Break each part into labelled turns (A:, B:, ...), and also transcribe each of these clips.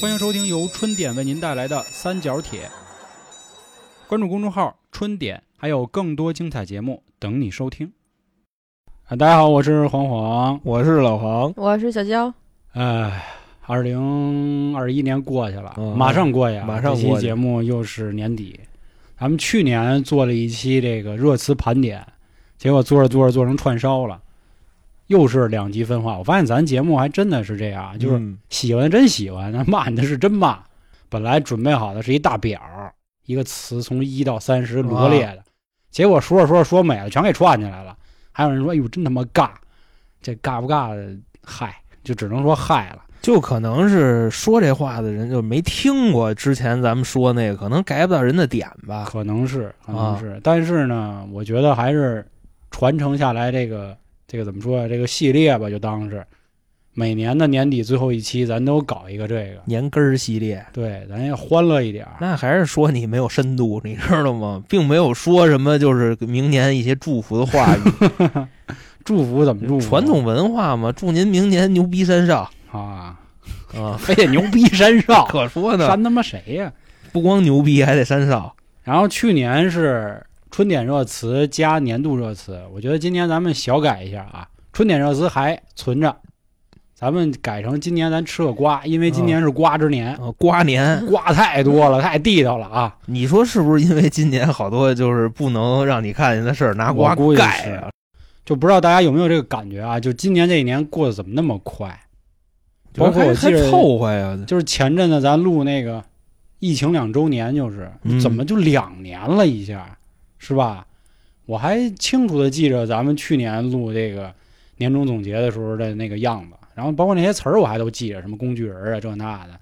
A: 欢迎收听由春点为您带来的《三角铁》，关注公众号“春点”，还有更多精彩节目等你收听。啊，大家好，我是黄黄。
B: 我是老黄，
C: 我是小娇，
A: 哎，二零二一年过去了，
B: 嗯
A: 马上过去啊，
B: 马上
A: 这期
B: 过去
A: 节目又是年底。咱们去年做了一期这个热词盘点，结果做着做着做成串烧了，又是两极分化。我发现咱节目还真的是这样，就是
B: 嗯
A: 喜欢真喜欢，那骂你的是真骂。本来准备好的是一大表，一个词从一到三十罗列的，结果说着说着说美了，全给串起来了。还有人说：“哎呦，真他妈尬！”这尬不尬的，嗨，就只能说嗨了。
B: 就可能是说这话的人就没听过之前咱们说那个，可能改不到人的点吧。
A: 可能是，可能是，但是呢，我觉得还是传承下来这个这个怎么说呀、这个系列吧，就当是每年的年底最后一期，咱都搞一个这个，
B: 年根儿系列，
A: 对，咱也欢乐一点儿。
B: 那还是说你没有深度，你知道吗？并没有说什么就是明年一些祝福的话语，
A: 祝福怎么 祝福？
B: 传统文化嘛，祝您明年牛逼三少
A: 啊，
B: 啊！
A: 非得牛逼山少，
B: 可说呢，
A: 山他妈谁呀、
B: 不光牛逼还得三少，
A: 然后去年是春点热词加年度热词，我觉得今年咱们小改一下啊，春点热词还存着，咱们改成今年咱吃个瓜，因为
B: 嗯
A: 今年是瓜之年，
B: 呃瓜年。
A: 瓜太多了，太地道了啊！
B: 你说是不是因为今年好多就是不能让你看见的事儿拿
A: 我
B: 瓜
A: 估计
B: 盖
A: 是
B: 啊？
A: 就不知道大家有没有这个感觉啊？就今年这一年过得怎么那么快？包括我
B: 还
A: 记
B: 还
A: 得，
B: 凑合呀，
A: 就是前阵子咱录那个疫情两周年，就是、
B: 嗯
A: 怎么就两年了一下，是吧？我还清楚的记着咱们去年录这个年终总结的时候的那个样子，然后包括那些词儿我还都记着，什么工具人啊这那的，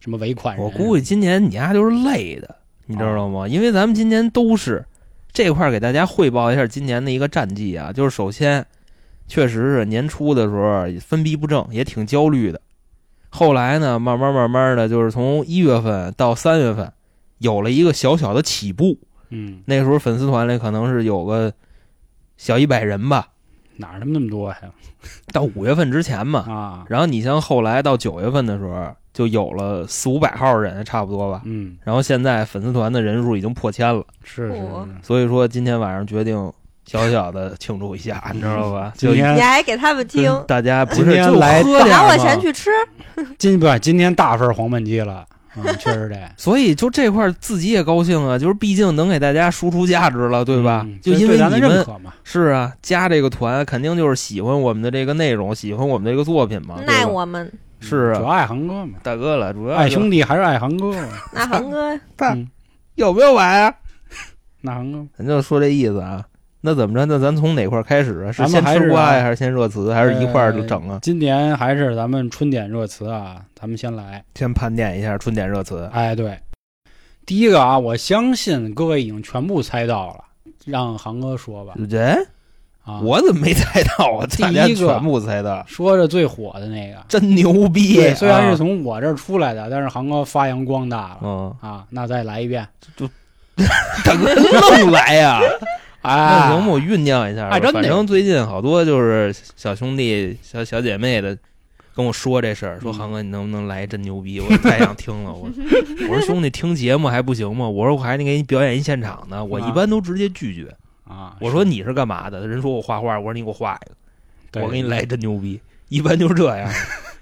A: 什么尾款人，啊
B: 我估计今年你丫就是累的，你知道吗？因为咱们今年都是这块儿给大家汇报一下今年的一个战绩啊，就是首先确实是年初的时候分逼不正，也挺焦虑的。后来呢，慢慢慢慢的就是从一月份到三月份，有了一个小小的起步。
A: 嗯，
B: 那时候粉丝团里可能是有个小一百人吧，
A: 哪儿他妈那么多呀？
B: 到五月份之前嘛。
A: 啊，
B: 然后你像后来到九月份的时候，就有了四五百号人，差不多吧。
A: 嗯，
B: 然后现在粉丝团的人数已经破千了，
A: 是是
C: 我
A: 是，
B: 所以说今天晚上决定小小的庆祝一下，你知道吧？
A: 嗯今
B: 就
A: 天
C: 你还给他们听，
B: 跟大家不
A: 今
B: 是
A: 天
B: 就
A: 来
B: 喝
C: 把
B: 哎点
C: 我
B: 嘛。
C: 钱去吃，
A: 今不是今天大份儿黄焖鸡了，嗯，确实得
B: 所以就这块儿自己也高兴啊，就是毕竟能给大家输出价值了，对吧？
A: 嗯
B: 就
A: 这
B: 因
A: 对
B: 为
A: 咱的
B: 你
A: 认
B: 们
A: 可嘛，
B: 是啊，加这个团肯定就是喜欢我们的这个内容，喜欢我们的这个作品嘛，
C: 奈
B: 对吧
C: 我 们，
B: 是
A: 嗯主要
B: 啊，
A: 爱航哥嘛，
B: 大哥了，主要
A: 爱
B: 就
A: 哎兄弟还是爱航哥嘛， 嗯
C: 那恒哥
B: 有没有玩啊？
A: 那航哥
B: 咱就说这意思啊。那怎么着？那咱从哪块儿开始啊？是
A: 咱们
B: 先
A: 还是哎
B: 吃瓜呀，
A: 啊
B: 还是先热词，还是一块儿整啊？
A: 今年还是咱们春点热词啊，咱们先来。
B: 先盘点一下春点热词。
A: 哎，对，第一个啊，我相信各位已经全部猜到了，让航哥说吧。
B: 人、
A: 啊，
B: 嗯我怎么没猜到啊？
A: 第一
B: 大
A: 个
B: 家全部猜到，
A: 说着最火的那个，
B: 真牛逼！
A: 对，虽然是
B: 从
A: 从我这儿出来的，但是航哥发扬光大了
B: 啊嗯，
A: 啊。那再来一遍，
B: 大哥愣来呀、那
A: 哎，
B: 行吧，我酝酿一下吧。
A: 哎真的
B: 反正最近好多就是小兄弟、小小姐妹的跟我说这事儿，说
A: 嗯
B: 航哥你能不能来真牛逼？我太想听了。我 我说兄弟，听节目还不行吗？我说我还得给你表演一现场呢。我一般都直接拒绝。
A: 啊，
B: 我说你是干嘛的？人说我画画，我说你给我画一
A: 对
B: 个，我给你来真牛逼。一般就是这样。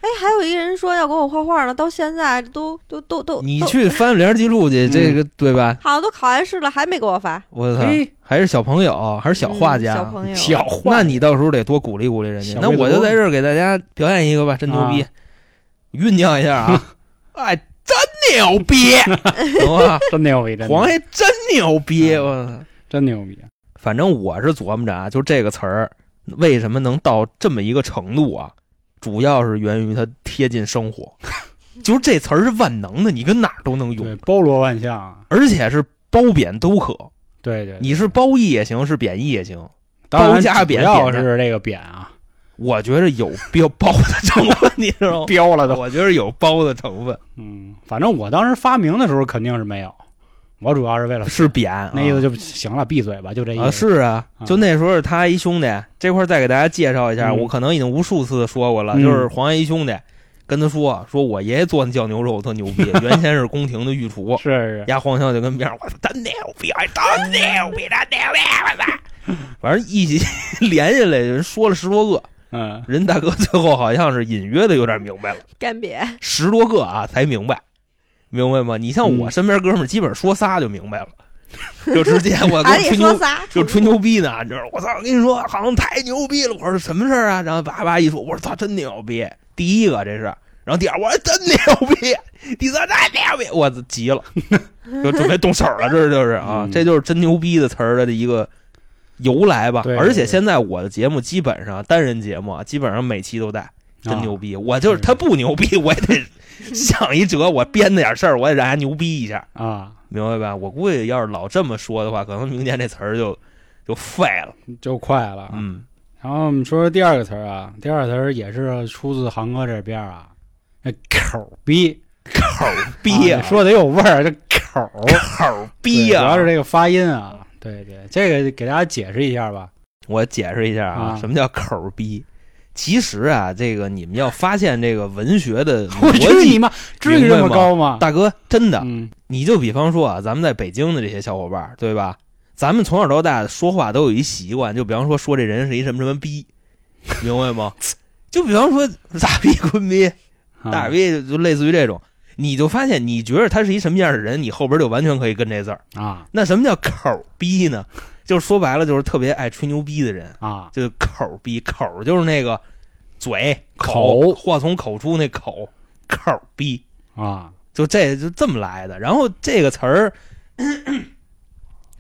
C: 哎，还有一人说要给我画画呢，到现在都都都都，
B: 你
C: 都
B: 去翻聊天记录去，
A: 嗯
B: 这个对吧？
C: 好像都考完试了，还没给我发，
B: 我操
A: 嘿，
B: 还是小朋友，还是小画家。
C: 嗯小朋友，
A: 哎小话，
B: 那你到时候得多鼓励鼓励人
A: 小。
B: 家
A: 微
B: 那
A: 博
B: 我就在这儿给大家表演一个吧，真牛逼！酝酿一下啊， 哎，真牛逼， 懂吗？
A: 真牛逼，真牛
B: 黄
A: 逼
B: 爷真牛逼，
A: 嗯
B: 我操！
A: 真牛逼，
B: 反正我是琢磨着啊，就这个词儿为什么能到这么一个程度啊，主要是源于它贴近生活。 就是这词儿是万能的，你跟哪儿都能
A: 对，
B: 用，
A: 包罗万象啊，
B: 而且是褒贬都可。
A: 对对，
B: 你是褒义也行，是贬义也行。
A: 当然
B: 包夹扁
A: 主要
B: 扁的
A: 是这个扁啊，
B: 我觉着有标褒的成分，你知 道吗？
A: 标了都。
B: 我觉着有褒的成分
A: 嗯，反正我当时发明的时候肯定是没有，我主要是为了
B: 是贬啊，
A: 那意思就行了，闭嘴吧，就这意思。
B: 啊是啊
A: 啊，
B: 就那时候他一兄弟，这块儿再给大家介绍一下，
A: 嗯
B: 我可能已经无数次说过了，
A: 嗯
B: 就是黄爷一兄弟跟他说说我爷爷做那酱牛肉特牛 逼，原啊先是宫廷的御厨，
A: 是是，
B: 压黄潇就跟边上，我操，他牛逼，他牛逼，他牛逼，我操！反正一起 连下来，人说了十多个，
A: 嗯，
B: 人大哥最后好像是隐约的有点明白了，
C: 干瘪，
B: 十多个啊才明白，明白吗？你像我
A: 嗯
B: 身边哥们儿，基本上说仨就明白了，就直接我呃 跟
C: 还
B: 我
C: 得说
B: 吹牛
C: 仨，
B: 就吹牛逼呢，你知道？我操，我跟你说，好像太牛逼了！我说什么事儿啊？然后叭叭一说，我说操，真牛逼！第一个这是，然后第二，我说真牛逼！第三，太牛逼！我急了，就准备动手了，这就是啊，
A: 嗯
B: 这就是真牛逼的词儿的一个由来吧
A: 对。
B: 而且现在我的节目基本上单人节目啊，基本上每期都带。真
A: 啊
B: 牛逼！我就是
A: 是
B: 他不牛逼，我也得想一辙，我编的点事儿，我也让他牛逼一下。
A: 啊，
B: 明白吧？我估计要是老这么说的话，可能明年这词儿就就废了。
A: 就快了啊。
B: 嗯，
A: 然后我们说说第二个词儿啊，第二个词儿也是出自航哥这边啊，那口逼
B: 口逼
A: 啊
B: 呀，
A: 你说得有味儿，这口儿
B: 口
A: 对
B: 逼
A: 主
B: 呀
A: 要。是这个发音啊。对对，这个给大家解释一下 吧。
B: 我解释一下啊，
A: 啊
B: 什么叫口逼？其实啊，这个你们要发现这个文学的
A: 我
B: 逻
A: 去你
B: 辑，
A: 妈，至于这么高吗？
B: 大哥，真的，
A: 嗯
B: 你就比方说啊，咱们在北京的这些小伙伴儿，对吧？咱们从小到大说话都有一习惯，就比方说说这人是一什么什么逼，明 白吗？就比方说傻逼、坤逼，
A: 啊
B: 大 V 就类似于这种，你就发现你觉得他是一什么样的人，你后边就完全可以跟这字儿。
A: 啊
B: 那什么叫口逼呢？就是说白了，就是特别爱吹牛逼的人，
A: 啊，
B: 就是口逼。口就是那个嘴
A: 口
B: 话从口出那口，口逼，
A: 啊，
B: 就这就这么来的。然后这个词儿咳咳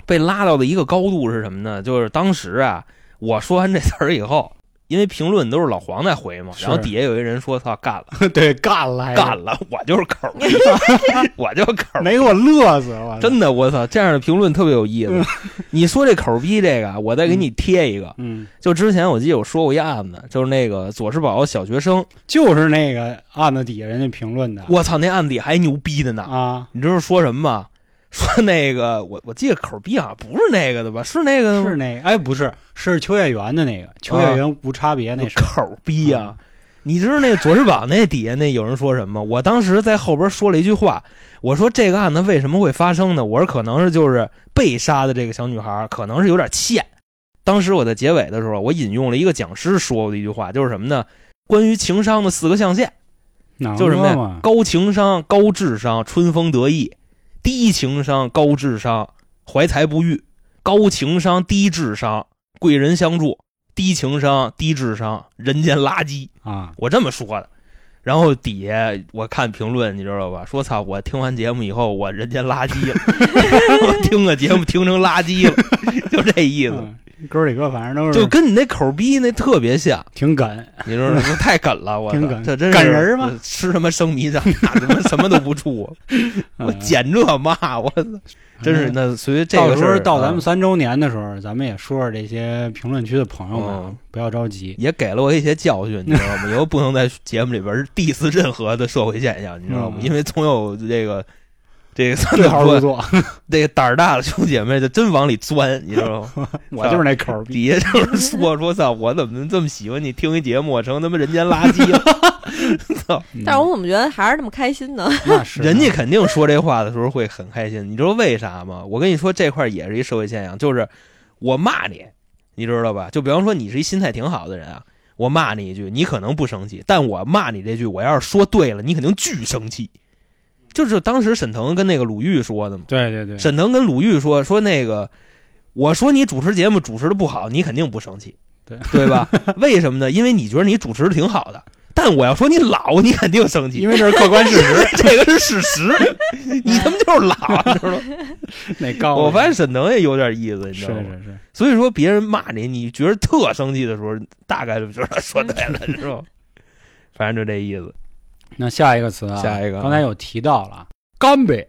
B: 被拉到的一个高度是什么呢？就是当时啊，我说完这词儿以后，因为评论都是老黄在回嘛，
A: 是
B: 然后底下有一人说：“操，干了。”
A: 对，干来着
B: 干，了，我就是口儿，我就是口儿。
A: 没给我乐死我，
B: 真的，我操，这样的评论特别有意思。 你说这口儿逼这个，我再给你贴一个。
A: 嗯，
B: 就之前我记得我说过一案子，就是那个左世宝小学生，
A: 就是那个案子底下人家评论的
B: 我操，那案底还牛逼的呢。
A: 啊，
B: 你知道说什么吗？说那个，我我记得口儿逼好像不是那个的吧？是那个的吗
A: 是那个，哎，不是，是秋叶原的那个，秋叶原无差别那，
B: 就是口儿逼啊呀、
A: 嗯
B: 你知道那左世宝那底下那有人说什么吗？我当时在后边说了一句话，我说这个案子为什么会发生呢？我说可能是就是被杀的这个小女孩可能是有点欠。当时我在结尾的时候，我引用了一个讲师说过的一句话，就是什么呢？关于情商的四个象限，
A: 哪
B: 就是什么
A: 说
B: 呀
A: 嘛？
B: 高情商、高智商、春风得意；低情商、高智商、怀才不遇；高情商、低智商、贵人相助；低情商、低智商、人间垃圾。
A: 啊，
B: 我这么说的。然后底下我看评论，你知道吧？说操，我听完节目以后，我人间垃圾了，我听个节目听成垃圾了，就这意思，
A: 嗯哥儿几个反正都
B: 就是跟你那口逼那特别像，
A: 挺梗，
B: 你知 道吗？太梗了，我操
A: 挺梗
B: 这真是
A: 梗人吗？
B: 吃他妈生米长大，他妈什么都不怵， 啊 我
A: 嗯
B: 捡这骂，我操，真是
A: 嗯
B: 那所以这
A: 到
B: 个事
A: 时候
B: 儿
A: 到咱们
B: 嗯
A: 三周年的时候，咱们也说说这些评论区的朋友们啊
B: 嗯，
A: 不要着急。
B: 也给了我一些教训，你知道吗？以后 不能在节目里边 diss 任何的社会现象，你知道吗？
A: 嗯
B: 因为总有这个这个
A: 对号入 座，
B: 这个胆儿大的兄姐妹就真往里钻，你知道 吗？
A: 我就是那口儿 逼，
B: 底下就是说说操，我怎么这么喜欢你？听一节目我成他妈人间垃圾了。
C: 但是我怎么觉得还是那么开心呢？
A: 嗯那是
B: 人家肯定说这话的时候会很开心，你知道为啥吗？我跟你说，这块儿也是一社会现象，就是我骂你，你知道吧？就比方说你是一心态挺好的人啊，我骂你一句，你可能不生气，但我骂你这句，我要是说对了，你肯定巨生气。就是当时沈腾跟那个鲁豫说的嘛，
A: 对对对，
B: 沈腾跟鲁豫说说那个，我说你主持节目主持的不好，你肯定不生气，
A: 对
B: 对 吧？为什么呢？因为你觉得你主持的挺好的，但我要说你老，你肯定生气
A: 因。为这是客观事实，
B: 这个是事 实，你他妈就是老，你知道吗？
A: 那高
B: 我发现沈腾也有点意思，你
A: 哦是
B: 知道吗？
A: 是是，
B: 所以说别人骂你，你觉得特生气的时候，大概率就是说对 了，是吧？反正就这意思。
A: 那下一个词啊，
B: 下一个啊
A: 刚才有提到了啊干瘪，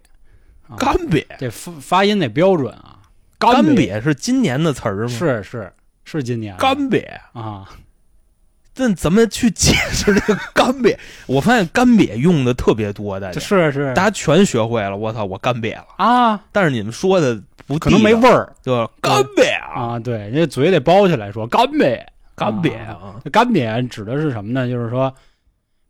A: 啊
B: 干瘪，
A: 这发发音得标准啊，
B: 干
A: 瘪
B: 瘪是今年的词儿吗？
A: 是是是今年的
B: 干瘪，
A: 啊，
B: 那怎么去解释这个干瘪？我发现干瘪用的特别多，大
A: 这
B: 家
A: 是是
B: 大家全学会了。我操，我干瘪了。
A: 啊，
B: 但是你们说的不
A: 可能没
B: 问，
A: 味儿
B: 就是干瘪啊，
A: 啊，对，这嘴得包起来说干瘪，
B: 干瘪
A: 啊
B: 啊，
A: 干瘪指的是什么呢？就是说，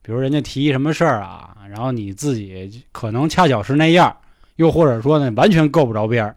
A: 比如人家提一什么事儿啊，然后你自己可能恰巧是那样儿，又或者说呢完全够不着边儿，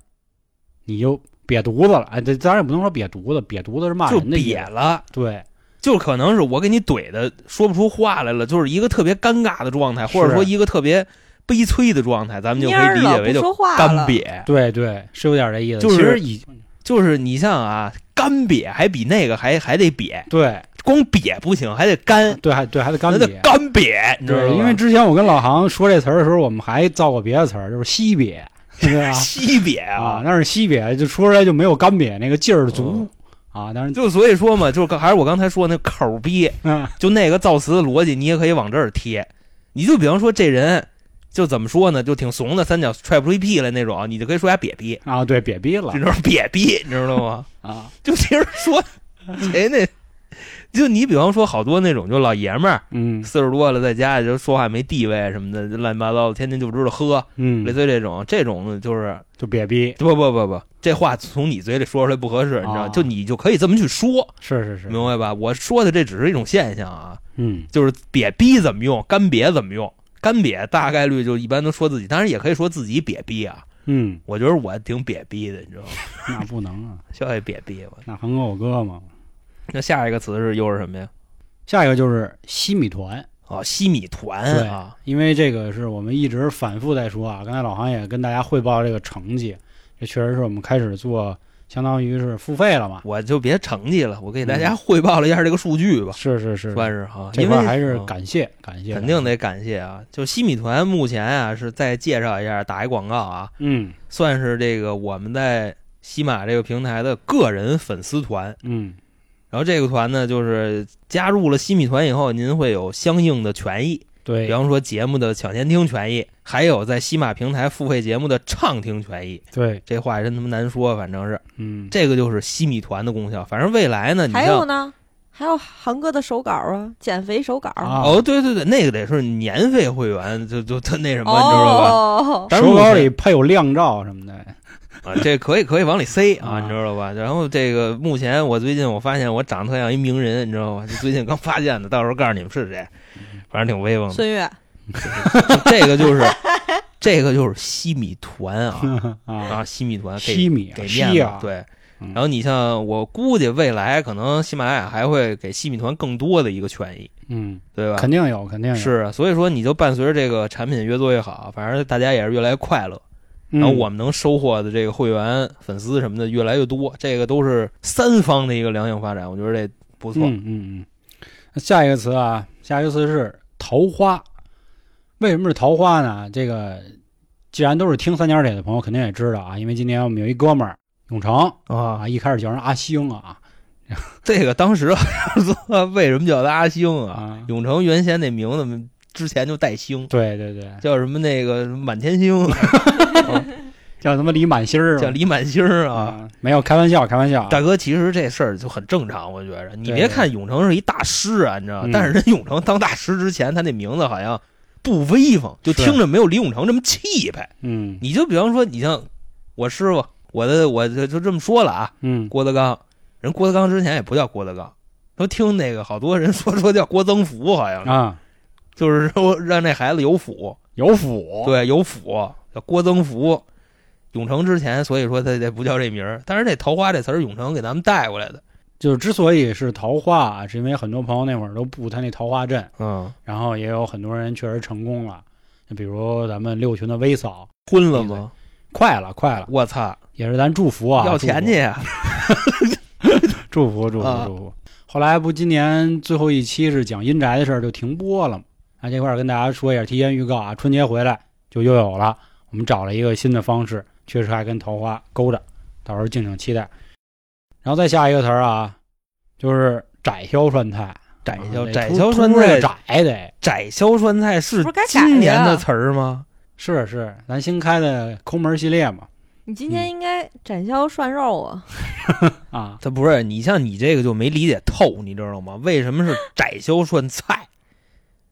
A: 你就瘪犊子了。哎，这当然也不能说瘪犊子，瘪犊子是骂
B: 就
A: 人的意
B: 瘪
A: 思。
B: 了，
A: 对，
B: 就可能是我给你怼的说不出话来了，就是一个特别尴尬的状态，
A: 是
B: 或者说一个特别悲催的状态，咱们就可
C: 蔫
B: 以
C: 儿
B: 理
C: 了，
B: 解为
C: 不
B: 就
C: 说话
B: 干
C: 了，
B: 瘪。
A: 对对，是有点这意思。
B: 就是
A: 其实已
B: 就是你像啊，干瘪还比那个还还得瘪，
A: 对
B: 光瘪不行，还得干，
A: 对还对还得干
B: 那得
A: 瘪。
B: 干瘪，你知道吗？？
A: 对，因为之前我跟老航说这词儿的时候，我们还造过别的词儿，就是西瘪，对吧
B: 西瘪
A: 啊，，那是西瘪，就说出来就没有干瘪那个劲儿足、
B: 哦
A: 啊。但是，
B: 就所以说嘛，就是还是我刚才说那口逼，
A: 嗯，
B: 就那个造词的逻辑，你也可以往这儿贴。你就比方说这人，就怎么说呢，就挺怂的，三脚踹不出一屁来那种，你就可以说他瘪逼，
A: 啊，对，瘪逼了
B: 这种瘪 逼，你知道吗？
A: 啊，
B: 就其实说谁那，就你比方说好多那种就老爷们儿
A: 嗯
B: 四十多了，在家里就说话没地位什么的，就乱七八糟的，天天就知道喝，类
A: 嗯，
B: 似这种，这种呢就是
A: 就瘪逼，
B: 不不不不，这话从你嘴里说出来不合适，你知道，
A: 啊
B: 就你就可以这么去说。
A: 是是是，
B: 明白吧？我说的这只是一种现象啊，
A: 嗯，
B: 就是瘪逼怎么用，干瘪怎么用。干瘪大概率就一般都说自己，当然也可以说自己瘪逼啊。
A: 嗯，
B: 我觉得我挺瘪逼的，你知道吗？
A: 那不能啊，
B: 笑也瘪逼吧。
A: 那横哥我哥嘛。
B: 那下一个词是又是什么呀？
A: 下一个就是西米团，
B: 哦，西米团啊，
A: 因为这个是我们一直反复在说啊。刚才老航也跟大家汇报这个成绩，这确实是我们开始做，相当于是付费了嘛。
B: 我就别成绩了，我给大家汇报了一下这个数据吧，
A: 是是是，
B: 算是哈、
A: 这
B: 因
A: 块
B: 为
A: 儿还是
B: 嗯
A: 感谢感谢，
B: 肯定，得感谢啊。就西米团目前啊是再介绍一下，打一广告啊，
A: 嗯
B: 算是这个我们在西马这个平台的个人粉丝团。
A: 嗯，
B: 然后这个团呢，就是加入了西米团以后，您会有相应的权益，
A: 对
B: 比，方说节目的抢先听权益，还有在西马平台付费节目的畅听权益。
A: 对，
B: 这话也真他妈难说，反正是
A: 嗯，
B: 这个就是西米团的功效。反正未来呢，你
C: 还有
B: 像
C: 呢，还有韩哥的手稿啊，减肥手稿，
A: 啊
B: 哦，对对对，那个得是年费会员，就就他那什么，你知道吧？
C: 哦，
B: 当然
A: 手
B: 目
A: 稿
B: 前
A: 里配有靓照什么的，
B: 啊，这可以可以往里塞啊，
A: 啊
B: 你知道吧？然后这个目前我最近我发现我长得特像一名人，你知道吗？就最近刚发现的，到时候告诉你们是谁，反正挺威风的。
C: 孙悦，
B: 这个就是这个就是西米团啊
A: 啊，
B: 啊，西米团
A: 西
B: 给
A: 米啊
B: 给面
A: 西
B: 子
A: 啊，，
B: 对。
A: 嗯
B: 然后你像我估计未来可能喜马拉雅还会给西米团更多的一个权益，
A: 嗯，
B: 对吧
A: 肯？定有，肯定有，
B: 是，啊所以说你就伴随着这个产品越做越好，反正大家也是越来越快乐。
A: 嗯，
B: 然后我们能收获的这个会员、粉丝什么的越来越多，这个都是三方的一个良性发展，我觉得这不错。
A: 嗯嗯嗯，下一个词啊，下一个词是桃花，为什么是桃花呢？这个既然都是听三角铁的朋友，肯定也知道啊，因为今天我们有一哥们儿永成
B: 啊，
A: 啊，一开始叫人阿星啊
B: 这个当时 啊说为什么叫他阿星啊？
A: 啊，
B: 永成原先那名字之前就带星，
A: 对对对，
B: 叫什么那个什么满天星，
A: 叫什么李满星儿吧
B: 叫李满星啊。
A: 啊，没有开玩笑，开玩笑啊，
B: 大哥，其实这事儿就很正常，我觉着。你别看永成是一大师啊，你知道吗
A: 嗯，
B: 但是人永成当大师之前，他那名字好像不威风，就是听着没有李永成这么气派。
A: 嗯
B: 你就比方说，你像我师傅，我的我就就这么说了啊，
A: 嗯，
B: 郭德纲，人郭德纲之前也不叫郭德纲，都听那个好多人说说叫郭增福，好像是
A: 啊，
B: 就是说让那孩子有福，
A: 有府，
B: 对，有福叫郭增福。永成之前，所以说他这不叫这名儿，但是这桃花这词儿，永成给咱们带过来的。
A: 就是之所以是桃花，啊，是因为很多朋友那会儿都布他那桃花阵，
B: 嗯，
A: 然后也有很多人确实成功了，就比如咱们六群的微嫂，
B: 婚了吗？
A: 快了，快了，
B: 我操，
A: 也是咱祝福啊，
B: 要钱去啊！
A: 祝福，祝福，祝
B: 啊
A: 福，祝福。后来不，今年最后一期是讲阴宅的事儿，就停播了嘛。那这块儿跟大家说一下，提前预告啊，春节回来就又有了。我们找了一个新的方式，确实还跟桃花勾着，到时候敬请期待。然后再下一个词儿啊，就是窄销涮菜，
B: 窄销
A: 啊得
B: 窄
A: 突
B: 销
A: 突
B: 酸
A: 出这
B: 菜
A: 个，窄得
B: 窄销酸菜是
C: 不是该改
B: 今年的
C: 呀
B: 词儿吗？
A: 是是，咱新开的抠门系列嘛，
C: 你今
B: 嗯
C: 天应该展销涮肉啊，
A: 啊，
B: 他不是你像你这个就没理解透，你知道吗？为什么是窄销涮菜？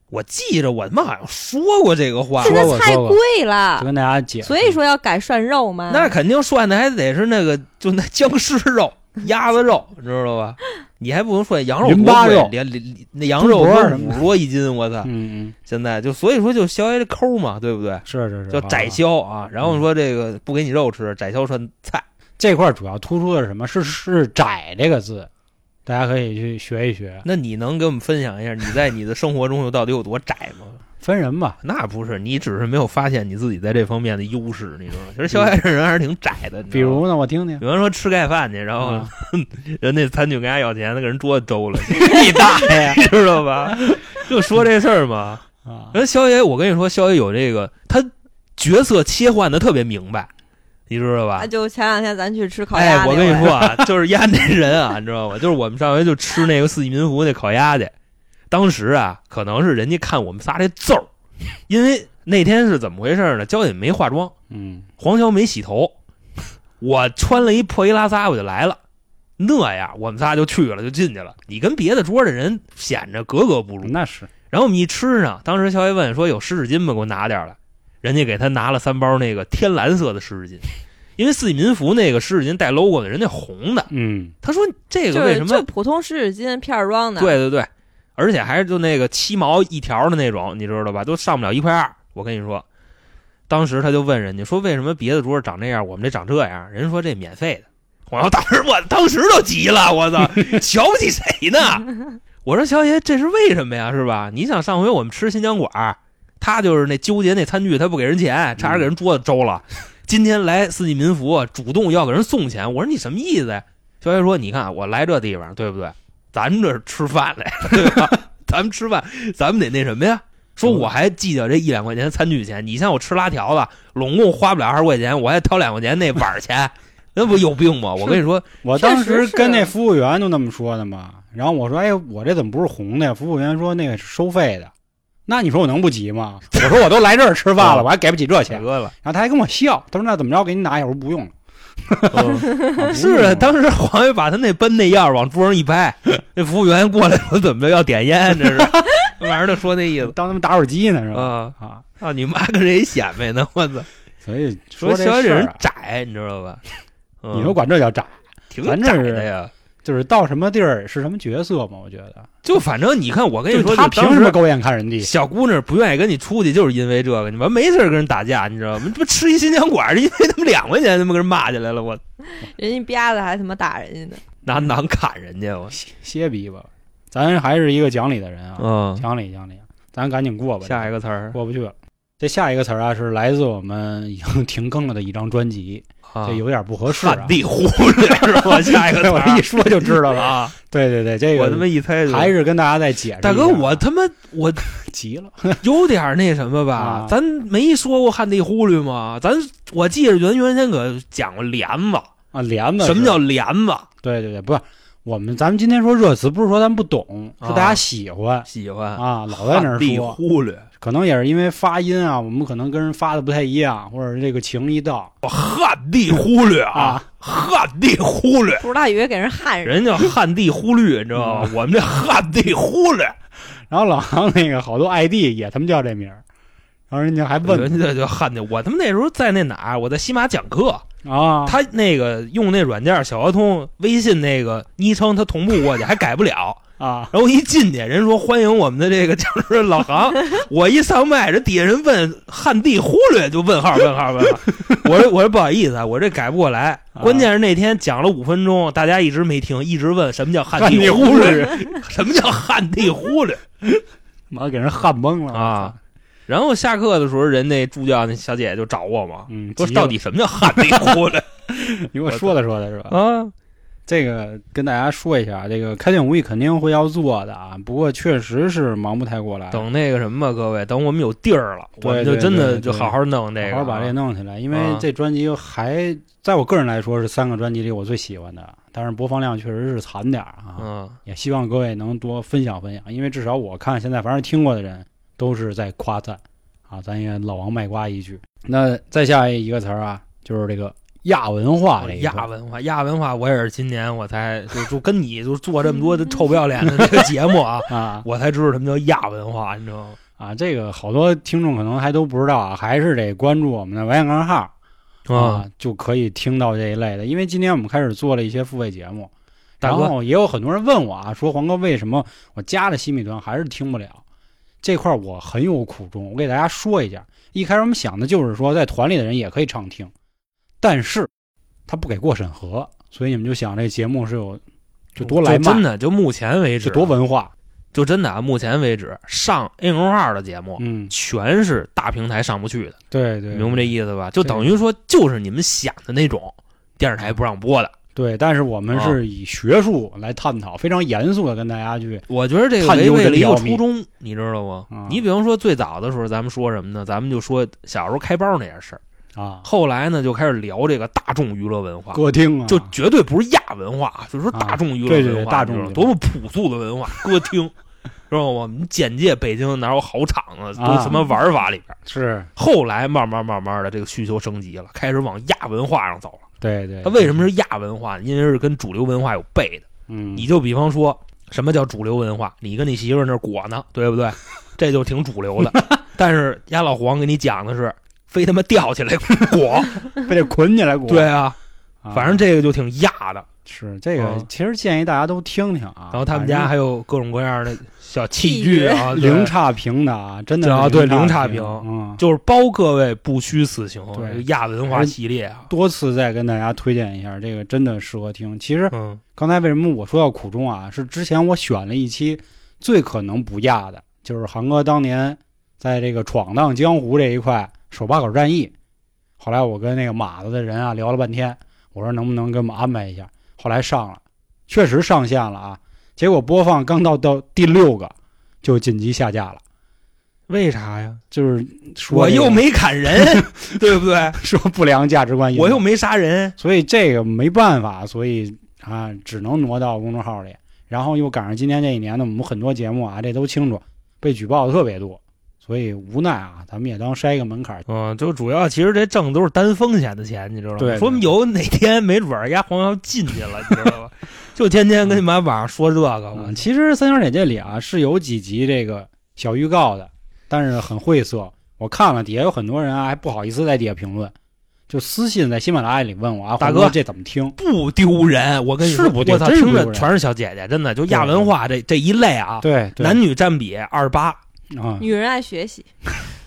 B: 我记着我他妈好像说过这个话
A: 说
C: 现，在
A: 过
C: 菜
A: 说过
C: 贵
A: 就
C: 了，
A: 跟大家解释，
C: 所以说要改涮肉嘛。
B: 那肯定涮的还得是那个就那僵尸肉、鸭子肉，你知道吧？你还不能说羊肉
A: 淋
B: 多
A: 巴
B: 贵
A: 肉
B: 连连那羊肉
A: 猪脖
B: 都
A: 儿什么
B: 五十多一斤，我操！
A: 嗯嗯，
B: 现在就所以说就削一这抠嘛，对不对？
A: 是是是，
B: 叫
A: 好
B: 窄
A: 好
B: 削啊，然后说这个不给你肉吃，窄削成菜。
A: 这块儿主要突出的是什么？是是“窄”这个字，大家可以去学一学。
B: 那你能给我们分享一下你在你的生活中又到底有多窄吗？
A: 分人吧，
B: 那不是，你只是没有发现你自己在这方面的优势，你知道吗？其实消费这人还是挺窄的。
A: 嗯
B: 你
A: 比
B: 知道吗，
A: 如呢，我听听。
B: 比方说吃盖饭去，然后
A: 啊，
B: 人那餐酒跟家要钱，他给人桌子 兜了，你大爷， 你知道吧？就说这事儿嘛。
A: 啊
B: 人肖爷，我跟你说，肖爷有这个，他角色切换的特别明白，你知道吧
C: 啊，？就前两天咱去吃烤鸭
B: 哎，
C: 那
B: 我跟你
C: 回
B: 说啊，就是压那人啊，你知道吗？就是我们上回就吃那个四季民福那烤鸭去，当时啊，可能是人家看我们仨这揍儿，因为那天是怎么回事呢？焦姐没化妆，
A: 嗯，
B: 黄潇没洗头，我穿了一破衣拉撒我就来了。那样，我们仨就去了，就进去了。你跟别的桌的人显着格格不入，
A: 那是
B: 然后我们一吃呢，当时肖爷问说有湿纸巾吗？给我拿点儿来。人家给他拿了三包那个天蓝色的湿纸巾，因为四季民福那个湿纸巾带 logo 的，人家红的。
A: 嗯，
B: 他说这个
C: 就
B: 为
C: 是
B: 什
C: 就
B: 么？
C: 普通湿纸巾片儿装的，
B: 对，对对，而且还是就那个七毛一条的那种，你知道吧？都上不了一块二。我跟你说，当时他就问人家说为什么别的桌长这样，我们这长这样？啊人家说这免费的。我当时我当时都急了，我操，瞧不起谁呢？我说小野，这是为什么呀？是吧？你想上回我们吃新疆馆儿，他就是那纠结那餐具，他不给人钱，差点给人桌子周了。今天来四季民福，主动要给人送钱，我说你什么意思呀？小野说：“你看我来这地方，对不对？咱们这是吃饭来， 对吧？咱们吃饭，咱们得那什么呀？说我还计较这一两块钱餐具钱，你像我吃拉条子，拢共花不了二十块钱，我还掏两块钱那碗儿钱，那不有病吗？我跟你说，
A: 我
C: 确
A: 当时
C: 实是
A: 跟那服务员就那么说的嘛。然后我说，哎，我这怎么不是红的呀？服务员说那个是收费的。那你说我能不急吗？我说我都来这儿吃 饭了，我还给不起这钱。
B: 哥了。”
A: 然后他还跟我笑，他说那怎么着，给你拿一下。我说不用 了。啊
B: 是啊，当时黄爷把他那奔那样儿往桌上 一拍，那服务员过来说怎么着要点烟，这是，晚上就说那
A: 不
B: 意
A: 用了
B: 思
A: 当他们打火机呢是吧？
B: 啊
A: 啊，
B: 啊！你妈跟谁显摆呢？我操！
A: 所以说
B: 说
A: 这
B: 小野
A: 事
B: 这
A: 儿
B: 人
A: 啊，
B: 窄，你知道吧？嗯
A: 你说管这叫窄，
B: 挺
A: 咱这
B: 窄
A: 是
B: 的呀，
A: 就是到什么地儿是什么角色嘛？我觉得，
B: 就反正你看，我跟你
A: 就
B: 说，
A: 是他
B: 就当
A: 凭什么
B: 时
A: 狗眼看人低？
B: 小姑娘不愿意跟你出去，就是因为这个，你们没事儿跟人打架，你知道吗？你这不吃一新疆馆儿，因为他们两块钱，他妈跟人骂起来了，我
C: 人家吧子还他妈打人家呢。
B: 拿
A: 嗯
B: 囊砍人家，我
A: 歇歇逼吧，咱还是一个讲理的人啊，
B: 嗯，
A: 讲理讲理，咱赶紧过吧，
B: 下一
A: 个
B: 个词儿
A: 过不去了。这下一个词儿啊，是来自我们已经停更了的一张专辑，
B: 啊
A: 这，有点不合适啊
B: 旱。地忽略是吧？下一个词
A: 对 我
B: 儿
A: 一说就知道了。
B: 啊。
A: 对对对，这
B: 我他妈
A: 个
B: 一猜就
A: 还是跟大家再解释一下
B: 大
A: 啊。
B: 哥，我他妈我
A: 急了，
B: 有点那什么吧，
A: 啊
B: 咱没说过旱地忽略吗？咱我记着原原先可讲过帘子，
A: 啊，帘子是
B: 什么叫帘子？
A: 对对对，不是我们，咱们今天说热词，不是说咱不懂，是
B: 啊
A: 大家喜欢
B: 喜欢
A: 啊，老在那儿
B: 旱地
A: 说，
B: 忽略，
A: 可能也是因为发音啊，我们可能跟人发的不太一样，或者是这个情一到
B: 旱地忽略啊，
A: 啊，
B: 旱地忽略，嗯
C: 不知道以为给人焊上，
B: 人叫旱地忽略，你知道吗？我们这旱地忽略，
A: 然后老航那个好多 ID 也他妈叫这名儿，然后人家还问
B: 人家就旱地。我他妈那时候在那哪儿，我在西马讲课，
A: 啊，
B: 他那个用那软件小鹅通微信那个昵称，他同步过去还改不了。
A: 啊，
B: 然后一进去，人说欢迎我们的这个就是老 航，我一上麦，人底下人问旱地忽略就问号问号问号，我说我说不好意思啊，我这改不过来。
A: 啊
B: 关键是那天讲了五分钟，大家一直没听，一直问什么叫旱
A: 旱
B: 地
A: 地
B: 忽
A: 忽
B: 略，
A: 略，
B: 什么叫旱地忽略
A: 妈给人汗懵了
B: 啊，？然后下课的时候，人那助教那小姐姐就找我嘛，
A: 嗯，啊
B: 说
A: 急
B: 到
A: 了
B: 底什么叫旱地忽 略
A: 你给我说的说的是吧？
B: 啊？
A: 这个跟大家说一下，这个开店无意肯定会要做的啊，不过确实是忙不太过来，
B: 等那个什么吧，各位，等我们有地儿了，
A: 哎对
B: 我们就
A: 对
B: 真
A: 对
B: 的
A: 对
B: 就好好弄这个啊，
A: 好好把这弄起来，因为
B: 啊
A: 这专辑还在我个人来说是三个专辑里我最喜欢的，但是播放量确实是惨点儿啊，
B: 嗯。
A: 也希望各位能多分享分享，因为至少我看现在凡是听过的人都是在夸赞啊，咱也老王卖瓜一句。那再下一个词儿啊，就是这个亚文化这一块，
B: 哦亚文化，亚文化，我也是今年我才就就跟你就做这么多的臭不要脸的这个节目啊
A: 啊
B: 我才知道什么叫亚文化，你知道吗？
A: 啊，这个好多听众可能还都不知道啊，还是得关注我们的完养号。
B: 啊
A: 啊啊，就可以听到这一类的。因为今天我们开始做了一些付费节目，
B: 大
A: 然
B: 哥，
A: 后也有很多人问我啊，说黄哥为什么我加了西米团还是听不了？这块儿我很有苦衷，我给大家说一下。一开始我们想的就是说，在团里的人也可以畅听，但是他不给过审核，所以你们就想这节目是有就多来
B: 真
A: 慢，
B: 的，就目前为止
A: 是
B: 啊，
A: 多文化。
B: 就真的啊，目前为止上 A 公号的节目。
A: 嗯，
B: 全是大平台上不去的，
A: 对对，
B: 明白这意思吧？就
A: 对
B: 等于说，就是你们想的那种电视台不让播的。
A: 对，但是我们
B: 啊
A: 是以学术来探讨，非常严肃的跟大家去，
B: 我觉得这个
A: 探
B: 违
A: 究
B: 背
A: 真
B: 了一个
A: 奥秘
B: 初衷，你知道吗？
A: 啊
B: 你比方说最早的时候，咱们说什么呢？咱们就说小时候开包那件事儿，
A: 啊，
B: 后来呢就开始聊这个大众娱乐文化，
A: 歌厅啊，
B: 就绝对不是亚文化，就是说
A: 啊
B: 大众娱乐
A: 对对
B: 文
A: 对
B: 化，
A: 大众
B: 你知道
A: 娱乐
B: 多么朴素 的文化，歌厅，知道吗？你简介北京哪有好场子，都
A: 啊
B: 什么玩法里边。
A: 是
B: 后来慢慢慢慢的，这个需求升级了，开始往亚文化上走了。
A: 对哎对。
B: 它为什么是亚文化？因为是跟主流文化有背的。
A: 嗯，
B: 你就比方说，什么叫主流文化？你跟你媳妇儿那儿裹呢，对不对？这就挺主流的。但是家老黄给你讲的是，非他妈吊起来裹。
A: 非得捆起来过？
B: 对啊，
A: 啊，
B: 反正这个就挺亚的。
A: 是这个
B: 嗯，
A: 其实建议大家都听听啊。
B: 然后他们家还有各种各样的小器
C: 器
B: 具
C: 具
B: 啊，
A: 反
B: 对
A: 正零差评的啊，真的是
B: 啊对
A: 零
B: 零
A: 评，
B: 差
A: 嗯，
B: 就是包各位不虚此行。
A: 对
B: 这个亚文化系列啊，
A: 多次再跟大家推荐一下，这个真的适合听。其实
B: 嗯
A: 刚才为什么我说要苦衷啊？是之前我选了一期最可能不亚的，就是韩哥当年在这个闯荡江湖这一块手把口战役。后来我跟那个码子的人啊聊了半天，我说能不能给我们安排一下？后来上了，确实上线了啊。结果播放刚到到第六个就紧急下架了，
B: 为啥呀？
A: 就是说哎
B: 我
A: 这个
B: 又没砍人，对不对？
A: 说不良价值观引导，
B: 我又没杀人，
A: 所以这个没办法，所以啊，只能挪到公众号里。然后又赶上今年这一年呢，我们很多节目啊，这都清楚，被举报的特别多，所以无奈啊，咱们也当筛一个门槛儿。
B: 嗯，就主要其实这挣都是担风险的钱，你知道吗？
A: 对
B: 说有哪天没准儿丫黄瑶进去了，你知道吗？就天天跟你妈网上说这个，我
A: 嗯，其实三角点这里啊是有几集这个小预告的，但是很晦涩。我看了底下有很多人啊，还不好意思在底下评论，就私信在喜马拉雅里问我啊，
B: 大
A: 黄
B: 哥
A: 这怎么听？
B: 不丢人。我跟你说，
A: 是不丢
B: 我操，
A: 真是
B: 听
A: 不丢
B: 着
A: 人
B: 全是小姐姐，真的就亚文化这这一类啊，
A: 对，对
B: 男女占比二十八，
A: 啊，
B: 嗯
C: 女人爱学习，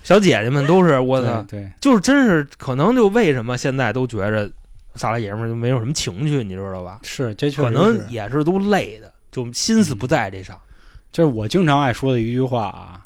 B: 小姐姐们都是我
A: 对
B: 操，
A: 对，
B: 就是真是可能就为什么现在都觉着仨老爷们儿就没有什么情趣，你知道吧？
A: 是这确实
B: 可能
A: 是嗯
B: 也是都累的，就心思不在这上。
A: 这是我经常爱说的一句话啊，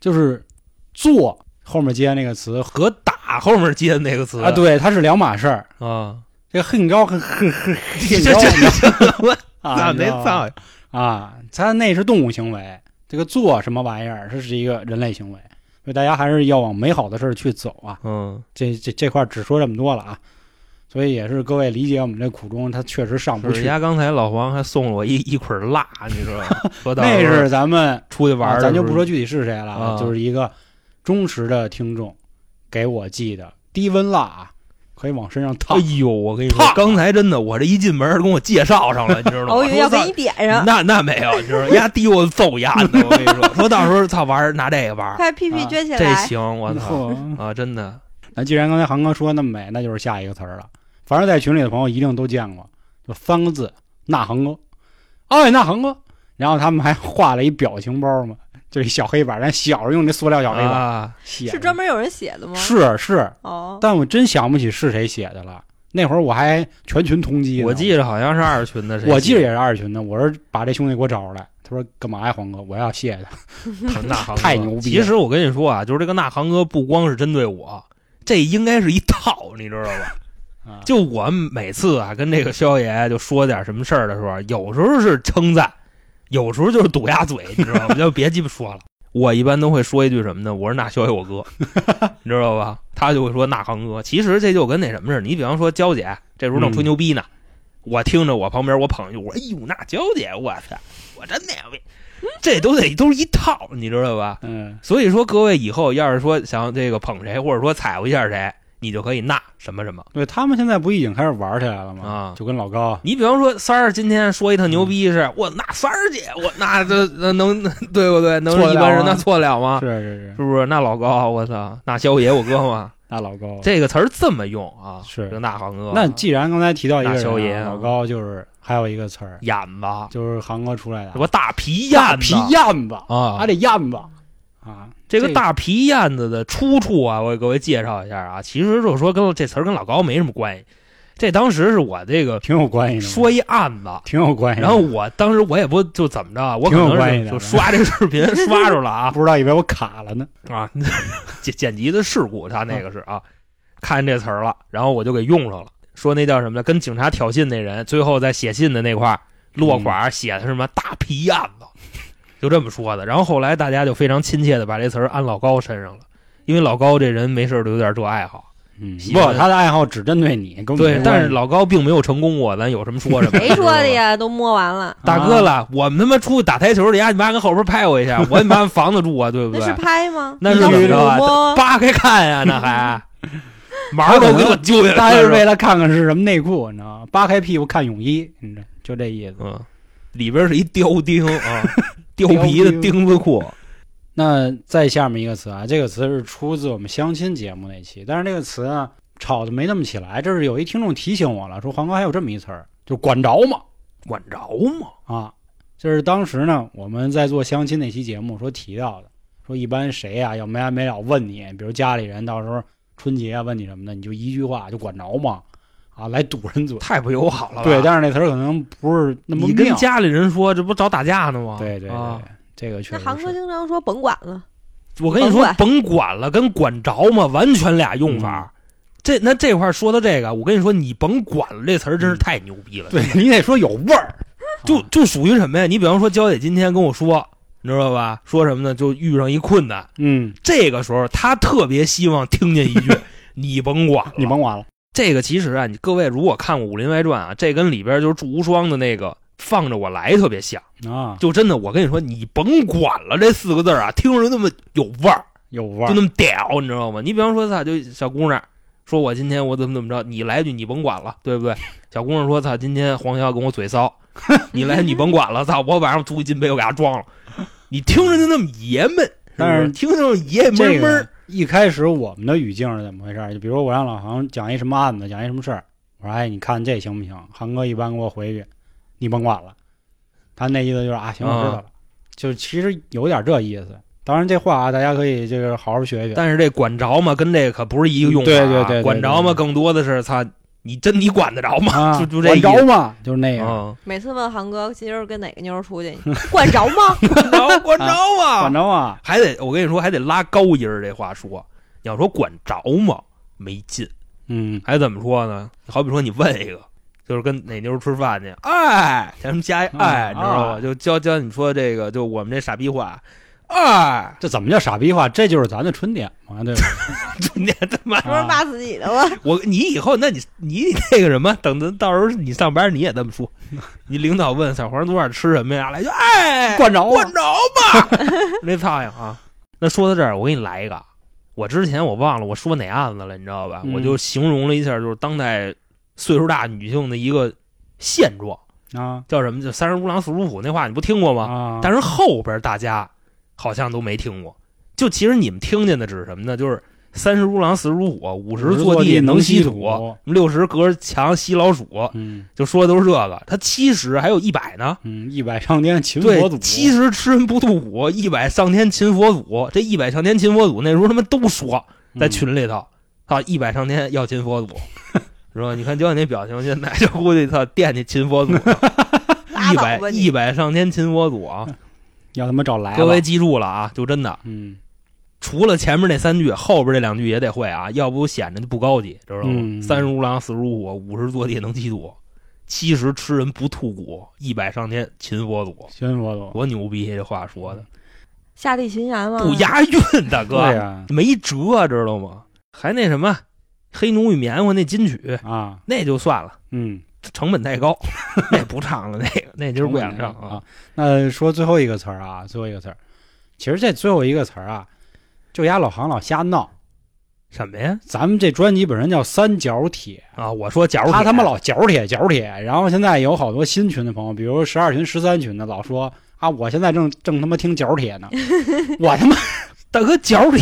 A: 就是“做”后面接那个词
B: 和打后面接的那个词
A: 啊，对，它是两码事儿。
B: 啊，
A: 这个很高很很很
B: 这
A: 很
B: 这
A: 高
B: 这我
A: 啊，你
B: 没
A: 知道
B: 造
A: 吧啊，它那是动物行为，这个“做”什么玩意儿，这是一个人类行为，所以大家还是要往美好的事儿去走啊。
B: 嗯，
A: 这这这块儿只说这么多了啊，所以也是各位理解我们这苦衷，它确实上不
B: 是人
A: 去。
B: 家刚才老黄还送了我一一捆蜡，你知道 吗？说到
A: 那
B: 时候
A: 是咱们
B: 出去玩
A: 啊
B: 儿的时候，
A: 咱就不说具体是谁了，
B: 啊
A: 就是一个忠实的听众给我寄的低温蜡啊，可以往身上烫
B: 哎。呦，我跟你说
A: 烫，
B: 刚才真的，我这一进门儿跟我介绍上了，你知道吗？
C: 我以为要
B: 说
C: 给
B: 到
C: 你哦点上，
B: 那那没有，你知道吗，丫逼我揍丫的，我跟你说，说到时候操玩儿拿这个玩儿，
C: 快屁屁撅起
B: 啊这
C: 来，
B: 行，我操
A: 呵
B: 啊，真的，
A: 那既然刚才航哥说那么美，那就是下一个词儿了。反正在群里的朋友一定都见过，就三个字“那航哥”，哎，那航哥。然后他们还画了一表情包嘛，就是一小黑板，咱小时候用那塑料小黑板、
B: 啊，
A: 写的，
C: 是专门有人写的吗？
A: 是是，
C: 哦，
A: 但我真想不起是谁写的了。那会儿我还全群通缉呢，
B: 我记着好像是二群的，谁
A: 我记着也是二群的，我是把这兄弟给我找出来，他说干嘛呀，黄哥，我要谢谢他。
B: 那航哥
A: 太牛逼了
B: 其实我跟你说啊，就是这个那航哥不光是针对我，这应该是一套，你知道吧？
A: 啊
B: 就我每次啊跟这个肖爷就说点什么事儿的时候，啊有时候是称赞，有时候就是堵牙嘴，你知道吗？ 就别鸡巴说了。我一般都会说一句什么呢？我是那肖爷我 哥，你知道吧？他就会说那航哥。其实这就跟那什么似的，你比方说娇姐这时候正吹牛逼呢，我听着我旁边我捧一句，我说哎呦那娇姐，我操，我真牛逼，这都得都是一套，你知道吧？
A: 嗯，
B: 所以说，各位以后要是说想这个捧谁，或者说踩过一下谁，你就可以那什么什么。
A: 对他们现在不已经开始玩起来了吗？
B: 啊
A: 就跟老高，
B: 你比方说三儿今天说一趟牛逼是，我那三儿姐，我那这那能对不对？能
A: 错得
B: 是一
A: 了
B: 般人
A: 吗
B: 那错得了吗
A: 是？是是，
B: 是啊不是？那老高，我操，那肖爷我哥 嘛，
A: 那老高。
B: 这个词儿这么用啊，
A: 是
B: 这那航哥，啊
A: 那既然刚才提到一个
B: 那
A: 人
B: 萧
A: 啊
B: 炎啊
A: 老高就是还有一个词儿
B: 眼子，
A: 就是韩哥出来的
B: 什么大皮
A: 大
B: 燕
A: 皮
B: 子
A: 燕子，
B: 啊
A: 还，得燕子啊。
B: 这个大皮燕子的出处啊，我给各位介绍一下啊，其实就是说跟这词儿跟老高没什么关系，这当时是我这个
A: 挺有关系的，
B: 说一案 子。
A: 挺有关系的。
B: 然后我当时我也不就怎么着啊，我
A: 哎
B: 可
A: 挺有关系
B: 能
A: 的
B: 是就刷这个 视频刷着了啊
A: 不知道以为我卡了呢，
B: 啊，剪剪辑的事故，他
A: 嗯
B: 那个是啊，看见这词儿了，然后我就给用上了，说那叫什么呢？跟警察挑衅那人，最后在写信的那块儿
A: 嗯
B: 落款儿写的是什么大皮燕子，就这么说的。然后后来大家就非常亲切的把这词儿安老高身上了，因为老高这人没事儿就有点这爱好，
A: 嗯，
B: 喜
A: 不，
B: 欢
A: 他的爱好只针对你，跟我们
B: 对
A: 嗯没，关
B: 但是
A: 系
B: 老高并没有成功过，咱有什么说什么。
C: 谁说的？呀？都摸完了，
B: 大哥了，我们他妈出去打台球去，呀，你妈跟后边拍我一下，我你妈房子住啊，对
C: 那
B: 不对？
C: 是拍吗？
B: 那是
C: 要
B: 怎么着
C: 抚摸
B: 啊？扒开看呀、那还毛儿都给我揪下来了。
A: 大家是
B: 是吧
A: 为了看看是什么内裤，你知道吗？扒开屁股看泳衣，你知道，就这意思。
B: 嗯，里边是一貂钉啊， 貂
A: 貂
B: 皮的
A: 钉
B: 钉子裤。
A: 那再下面一个词啊，这个词是出自我们相亲节目那期，但是这个词啊吵得没那么起来。这是有一听众提醒我了，说黄哥还有这么一词儿，就管着嘛
B: 管着吗？
A: 啊，这是当时呢我们在做相亲那期节目说提到的，说一般谁啊要没完没了问你，比如家里人到时候春节啊问你什么的，你就一句话就管着嘛啊来堵人嘴。
B: 太不友好了吧。
A: 对，但是那词儿可能不是那么
B: 你跟
A: 妙
B: 家里人说，这不找打架呢吗？
A: 对对对，
B: 啊
A: 这个确
C: 那
A: 实
C: 韩哥
A: 是
C: 经常说甭管了，
B: 我跟你说，
C: 甭管
B: 甭管了，跟管着嘛，完全俩用
A: 嗯
B: 法。这那这块儿说到这个，我跟你说，你甭管了这词儿真是
A: 嗯
B: 太牛逼了。
A: 对你得说有味儿，
B: 就
A: 啊
B: 就属于什么呀？你比方说，娇姐今天跟我说，你知道吧？说什么呢？就遇上一困难，
A: 嗯，
B: 这个时候，他特别希望听见 一句“你甭管了”。
A: 你甭管了，
B: 这个其实啊，你各位如果看过《武林外传》啊，这跟里边就是祝无双的那个“放着我来”特别像。
A: 啊，
B: 就真的，我跟你说，“你甭管了”这四个字啊，听着那么有味儿，
A: 有味儿
B: 就那。么屌，你知道吗？你比方说，操，就小姑娘说我今天我怎么怎么着，你来一句“你甭管了”，对不对？小姑娘说，操，今天黄潇跟我 嘴骚，你来你甭管了，操，我晚上租一金杯我给他装了。你听着就那么爷们，不
A: 但是
B: 听着就爷们
A: 这
B: 儿闷儿
A: 个。一开始我们的语境是怎么回事儿？就比如我让老航讲一什么案子，讲一什么事儿，我说哎，你看这行不行？航哥一般给我回去，你甭管了。他那意思就是啊，行，我知道了。就其实有点这意思。当然这话啊，大家可以这个好好学一学。
B: 但是这管着嘛，跟这个可不是一个用法、啊。
A: 对对对对对
B: 管着嘛，更多的是操，你真你管得着吗？
A: 啊，
B: 就就这意
A: 管
B: 思。
A: 着吗？就是那个、
B: 嗯，
C: 每次问韩哥今儿跟哪个妞儿出去， 管着吗？
B: 管着管着
A: 啊管
B: 嘛，
A: 着吗？
B: 还得我跟你说，还得拉高音儿这话说。你要说管着嘛，没劲。
A: 嗯，
B: 还怎么说呢？好比说你问一个，就是跟哪妞儿吃饭去，哎，咱们加一
A: 嗯
B: 哎，你知道吧？
A: 啊
B: 就教教你说这个，就我们这傻逼话，哎，
A: 这怎么叫傻逼话？这就是咱的春点嘛，对吧？
B: 你他妈
C: 这不是骂自己的吗？
B: 我你以后，那你你那个什么，等着到时候你上班你也这么说。你领导问小黄昨晚吃什么呀？来就哎，
A: 管着
B: 管
A: 吗？
B: 着吧， 那苍蝇啊。那说到这儿，我给你来一个。我之前我忘了我说哪案子了，你知道吧？
A: 嗯
B: 我就形容了一下，就是当代岁数大女性的一个现状，
A: 啊
B: 叫什么？就三十如狼四如虎那话，你不听过吗？
A: 啊！
B: 但是后边大家好像都没听过。就其实你们听见的只是什么呢？就是三十如狼，四十如虎，五
A: 五
B: 十
A: 十
B: 坐
A: 坐地
B: 能
A: 能吸
B: 土
A: 土，
B: 六十隔着墙吸老鼠，
A: 嗯
B: 就说的都是这个。他七十还有一百呢，
A: 嗯，一百上天擒佛
B: 对
A: 祖，，
B: 七十吃人不吐骨，一百上天擒佛祖。这一百上天擒佛祖，那时候他们都说在
A: 嗯
B: 群里头，啊，一百上天要擒佛祖， 是吧？你看焦姐那表情，现在就估计他惦记擒佛祖呢，
C: 拉
B: 一
C: 倒
B: 百
C: 吧
B: 一
C: 你！
B: 百上天擒佛祖啊！
A: 要他妈找来
B: 各位
A: 了。
B: 记住了啊，就真的。
A: 嗯
B: 除了前面那三句，后边这两句也得会啊，要不显着就不高级，知道吗？
A: 嗯
B: 三十如狼，四十如虎，五十坐地能吸土，七十吃人不吐骨，一百上天擒佛祖，
A: 先佛祖。
B: 多牛逼！这话说的
C: 下地擒阎
A: 嗯
C: 吗？
B: 不押韵，大哥，
A: 对呀、
B: 没辙，知道吗？还那什么，黑奴与棉花那金曲，
A: 啊，
B: 那就算了，
A: 嗯，
B: 成本太 高，那不唱了，那个那今儿不想唱啊
A: 啊。。那说最后一个词儿啊，最后一个词儿，其实这最后一个词儿啊，就丫老行老瞎闹。
B: 什么呀？
A: 咱们这专辑本身叫《三角铁
B: 啊，我说假》，如
A: 他
B: 你
A: 他妈老角铁角铁，然后现在有好多新群的朋友，比如十二群、十三群的，老说啊，我现在正正他妈听角铁 呢，我他妈
B: 大哥脚里，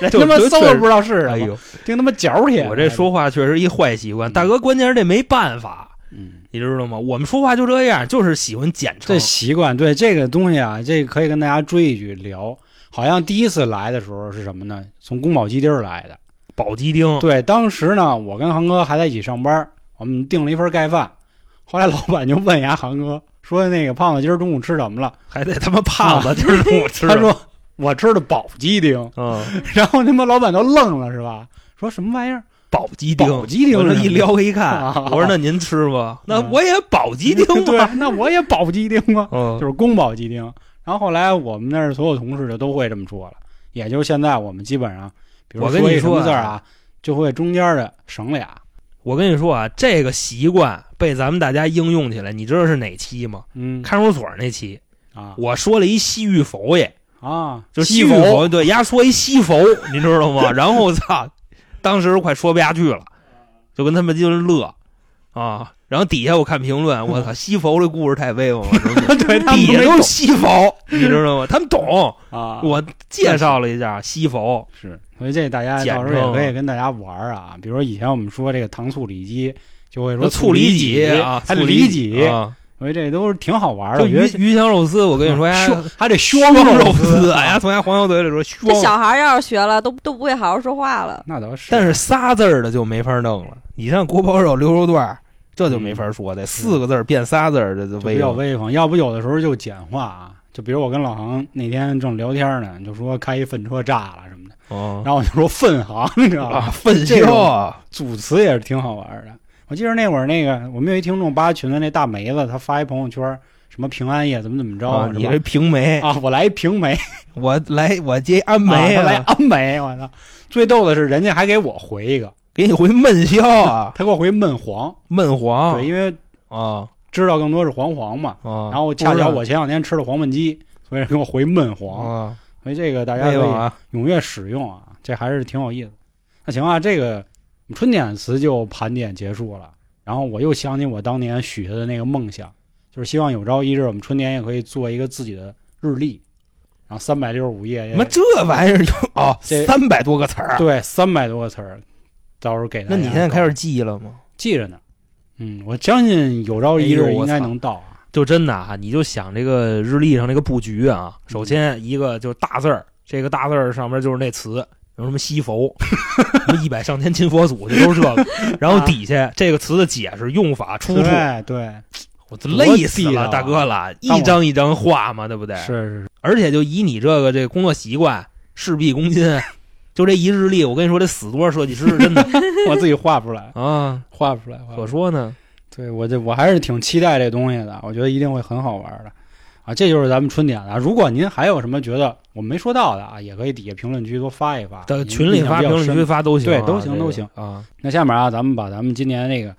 A: 连他妈
B: 就
A: 搜
B: 确
A: 都
B: 实
A: 不知道是什
B: 哎
A: 么，
B: 呦，
A: 听他妈角铁。
B: 我这说话确实一坏习惯，
A: 嗯
B: 大哥，关键是这没办法。
A: 嗯，
B: 你知道吗？我们说话就这样，就是喜欢简称
A: 这。习惯对这个东西啊，这个可以跟大家追一句聊。好像第一次来的时候是什么呢？从宫保鸡丁儿来的。
B: 宝鸡丁，
A: 对，当时呢，我跟航哥还在一起上班，我们订了一份盖饭。后来老板就问呀，航哥说：“那个胖子今儿中午吃什么了
B: 还得他妈胖子，就是啊我？”吃的。
A: 啊他说：“我吃的宝鸡丁。
B: 嗯，”
A: 然后他妈老板都愣了，是吧？说什么玩意儿？
B: 宝鸡丁，
A: 宝鸡丁
B: 我这
A: 是吗
B: 一撩开一看，
A: 啊
B: 我说那您吃吧，那
A: 嗯
B: 我也宝鸡丁
A: 对
B: 吧。，
A: 那我也宝鸡丁啊，
B: 嗯，
A: 就是宫保鸡丁。然后后来我们那儿所有同事就都会这么说了，也就是现在我们基本上，比如
B: 我跟
A: 说
B: 你
A: 一什
B: 说
A: 么字儿
B: 啊
A: 啊，就会中间的省俩。
B: 我跟你说啊，这个习惯被咱们大家应用起来，你知道是哪期吗？
A: 嗯
B: 看守所那期，
A: 啊
B: 我说了一西域佛爷，
A: 啊，
B: 就
A: 西
B: 西
A: 服
B: 域佛爷，对，丫说一西佛，你知道吗？然后我操，当时快说不下去了，就跟他们就是乐啊。然后底下我看评论，我操，西佛这故事太威风了， 真的
A: 对，他们
B: 底下
A: 没
B: 都
A: 懂
B: 是西佛，你知道吗？他们懂，
A: 啊，
B: 我介绍了一下西佛，
A: 是，所以这大家
B: 简
A: 到时候也
B: 称啊
A: 可以跟大家玩儿啊。比如说以前我们说这个糖醋里脊，就会说
B: 醋
A: 里
B: 脊啊，
A: 还
B: 醋
A: 里
B: 脊
A: 脊，
B: 啊，
A: 所以这都是挺好玩儿的。
B: 就
A: 我觉得
B: 鱼鱼香肉丝，我跟你说呀，
A: 胸还得
B: 双
A: 双
B: 肉
A: 丝，
B: 丝，哎呀，从人黄小嘴里说
C: 这
B: 双，
C: 小孩儿要是学了，都都不会好好说话了。
A: 那倒是。
B: 但是仨字儿的就没法弄了。你像锅包肉、溜肉段儿，这就没法说的，四个字儿变仨字儿，这就
A: 嗯就比较
B: 了。
A: 威风，要不有的时候就简化啊。就比如我跟老航那天正聊天呢，就说开一粪车炸了什么的，
B: 哦
A: 然后我就说粪行， 你知道
B: 啊，
A: 吧？
B: 粪
A: 这
B: 销
A: 种
B: 啊，
A: 组词也是挺好玩的。我记得那会儿那个我们有一听众八群的那大梅子，她发一朋友圈，什么平安夜怎么怎么着，
B: 啊
A: 是
B: 你
A: 吧
B: 这平梅，
A: 啊，我来一平梅，
B: 我来我接安 梅
A: 啊他来
B: 啊，
A: 安梅，我操！最逗的是人家还给我回一个，
B: 给你回闷销啊，
A: 他给我回闷黄，
B: 闷黄
A: 对，因为
B: 啊
A: 知道更多是黄黄嘛。
B: 啊，
A: 然后恰巧
B: 不
A: 我前两天吃了黄焖鸡，所以给我回闷
B: 是
A: 黄，
B: 啊，
A: 所以这个大家可
B: 威
A: 以
B: 风啊，
A: 踊跃使用啊，这还是挺有意思。那行啊，这个春点词就盘点结束了。然后我又想起我当年许下的那个梦想，就是希望有朝一日我们春点也可以做一个自己的日历，然后三百六十五页
B: 什，么啊这玩意儿有哦，
A: 这
B: 三百多个词儿，啊
A: 对，三百多个词儿，到时候给大家
B: 那你现在开
A: 哎搞
B: 始记了吗？
A: 记着呢。嗯，我相信有朝一
B: 哎
A: 日
B: 呦我
A: 应该
B: 操
A: 能到啊。
B: 就真的啊，你就想这个日历上这个布局啊，首先一个就是大字儿，这个大字儿上面就是那词，有什么 西佛，什么一百上天擒佛祖，这都是这个。然后底下这个词的解释、用法、出处，
A: 对哎对，
B: 我都累死
A: 啊多地道
B: 了，
A: 啊
B: 大哥了，
A: 但我
B: 一张一张画嘛，对不对？
A: 是是是，
B: 而且就以你这个这工作习惯，事必躬亲，啊 就这一日历，我跟你说，得死多少设计师，真 的
A: 我自己画不出来，
B: 啊！
A: 画不出来。画不出来
B: 可说呢，
A: 对我这我还是挺期待这东西的，我觉得一定会很好玩的啊！这就是咱们春点了。如果您还有什么觉得我没说到的啊，也可以底下评论区多发一发，
B: 在
A: 您
B: 群
A: 啊
B: 里
A: 印象
B: 发、
A: 比
B: 评
A: 较
B: 论区
A: 深。
B: 发都行啊，
A: 对都行
B: 这个
A: 都行
B: 啊。
A: 那下面啊，咱们把咱们今年那个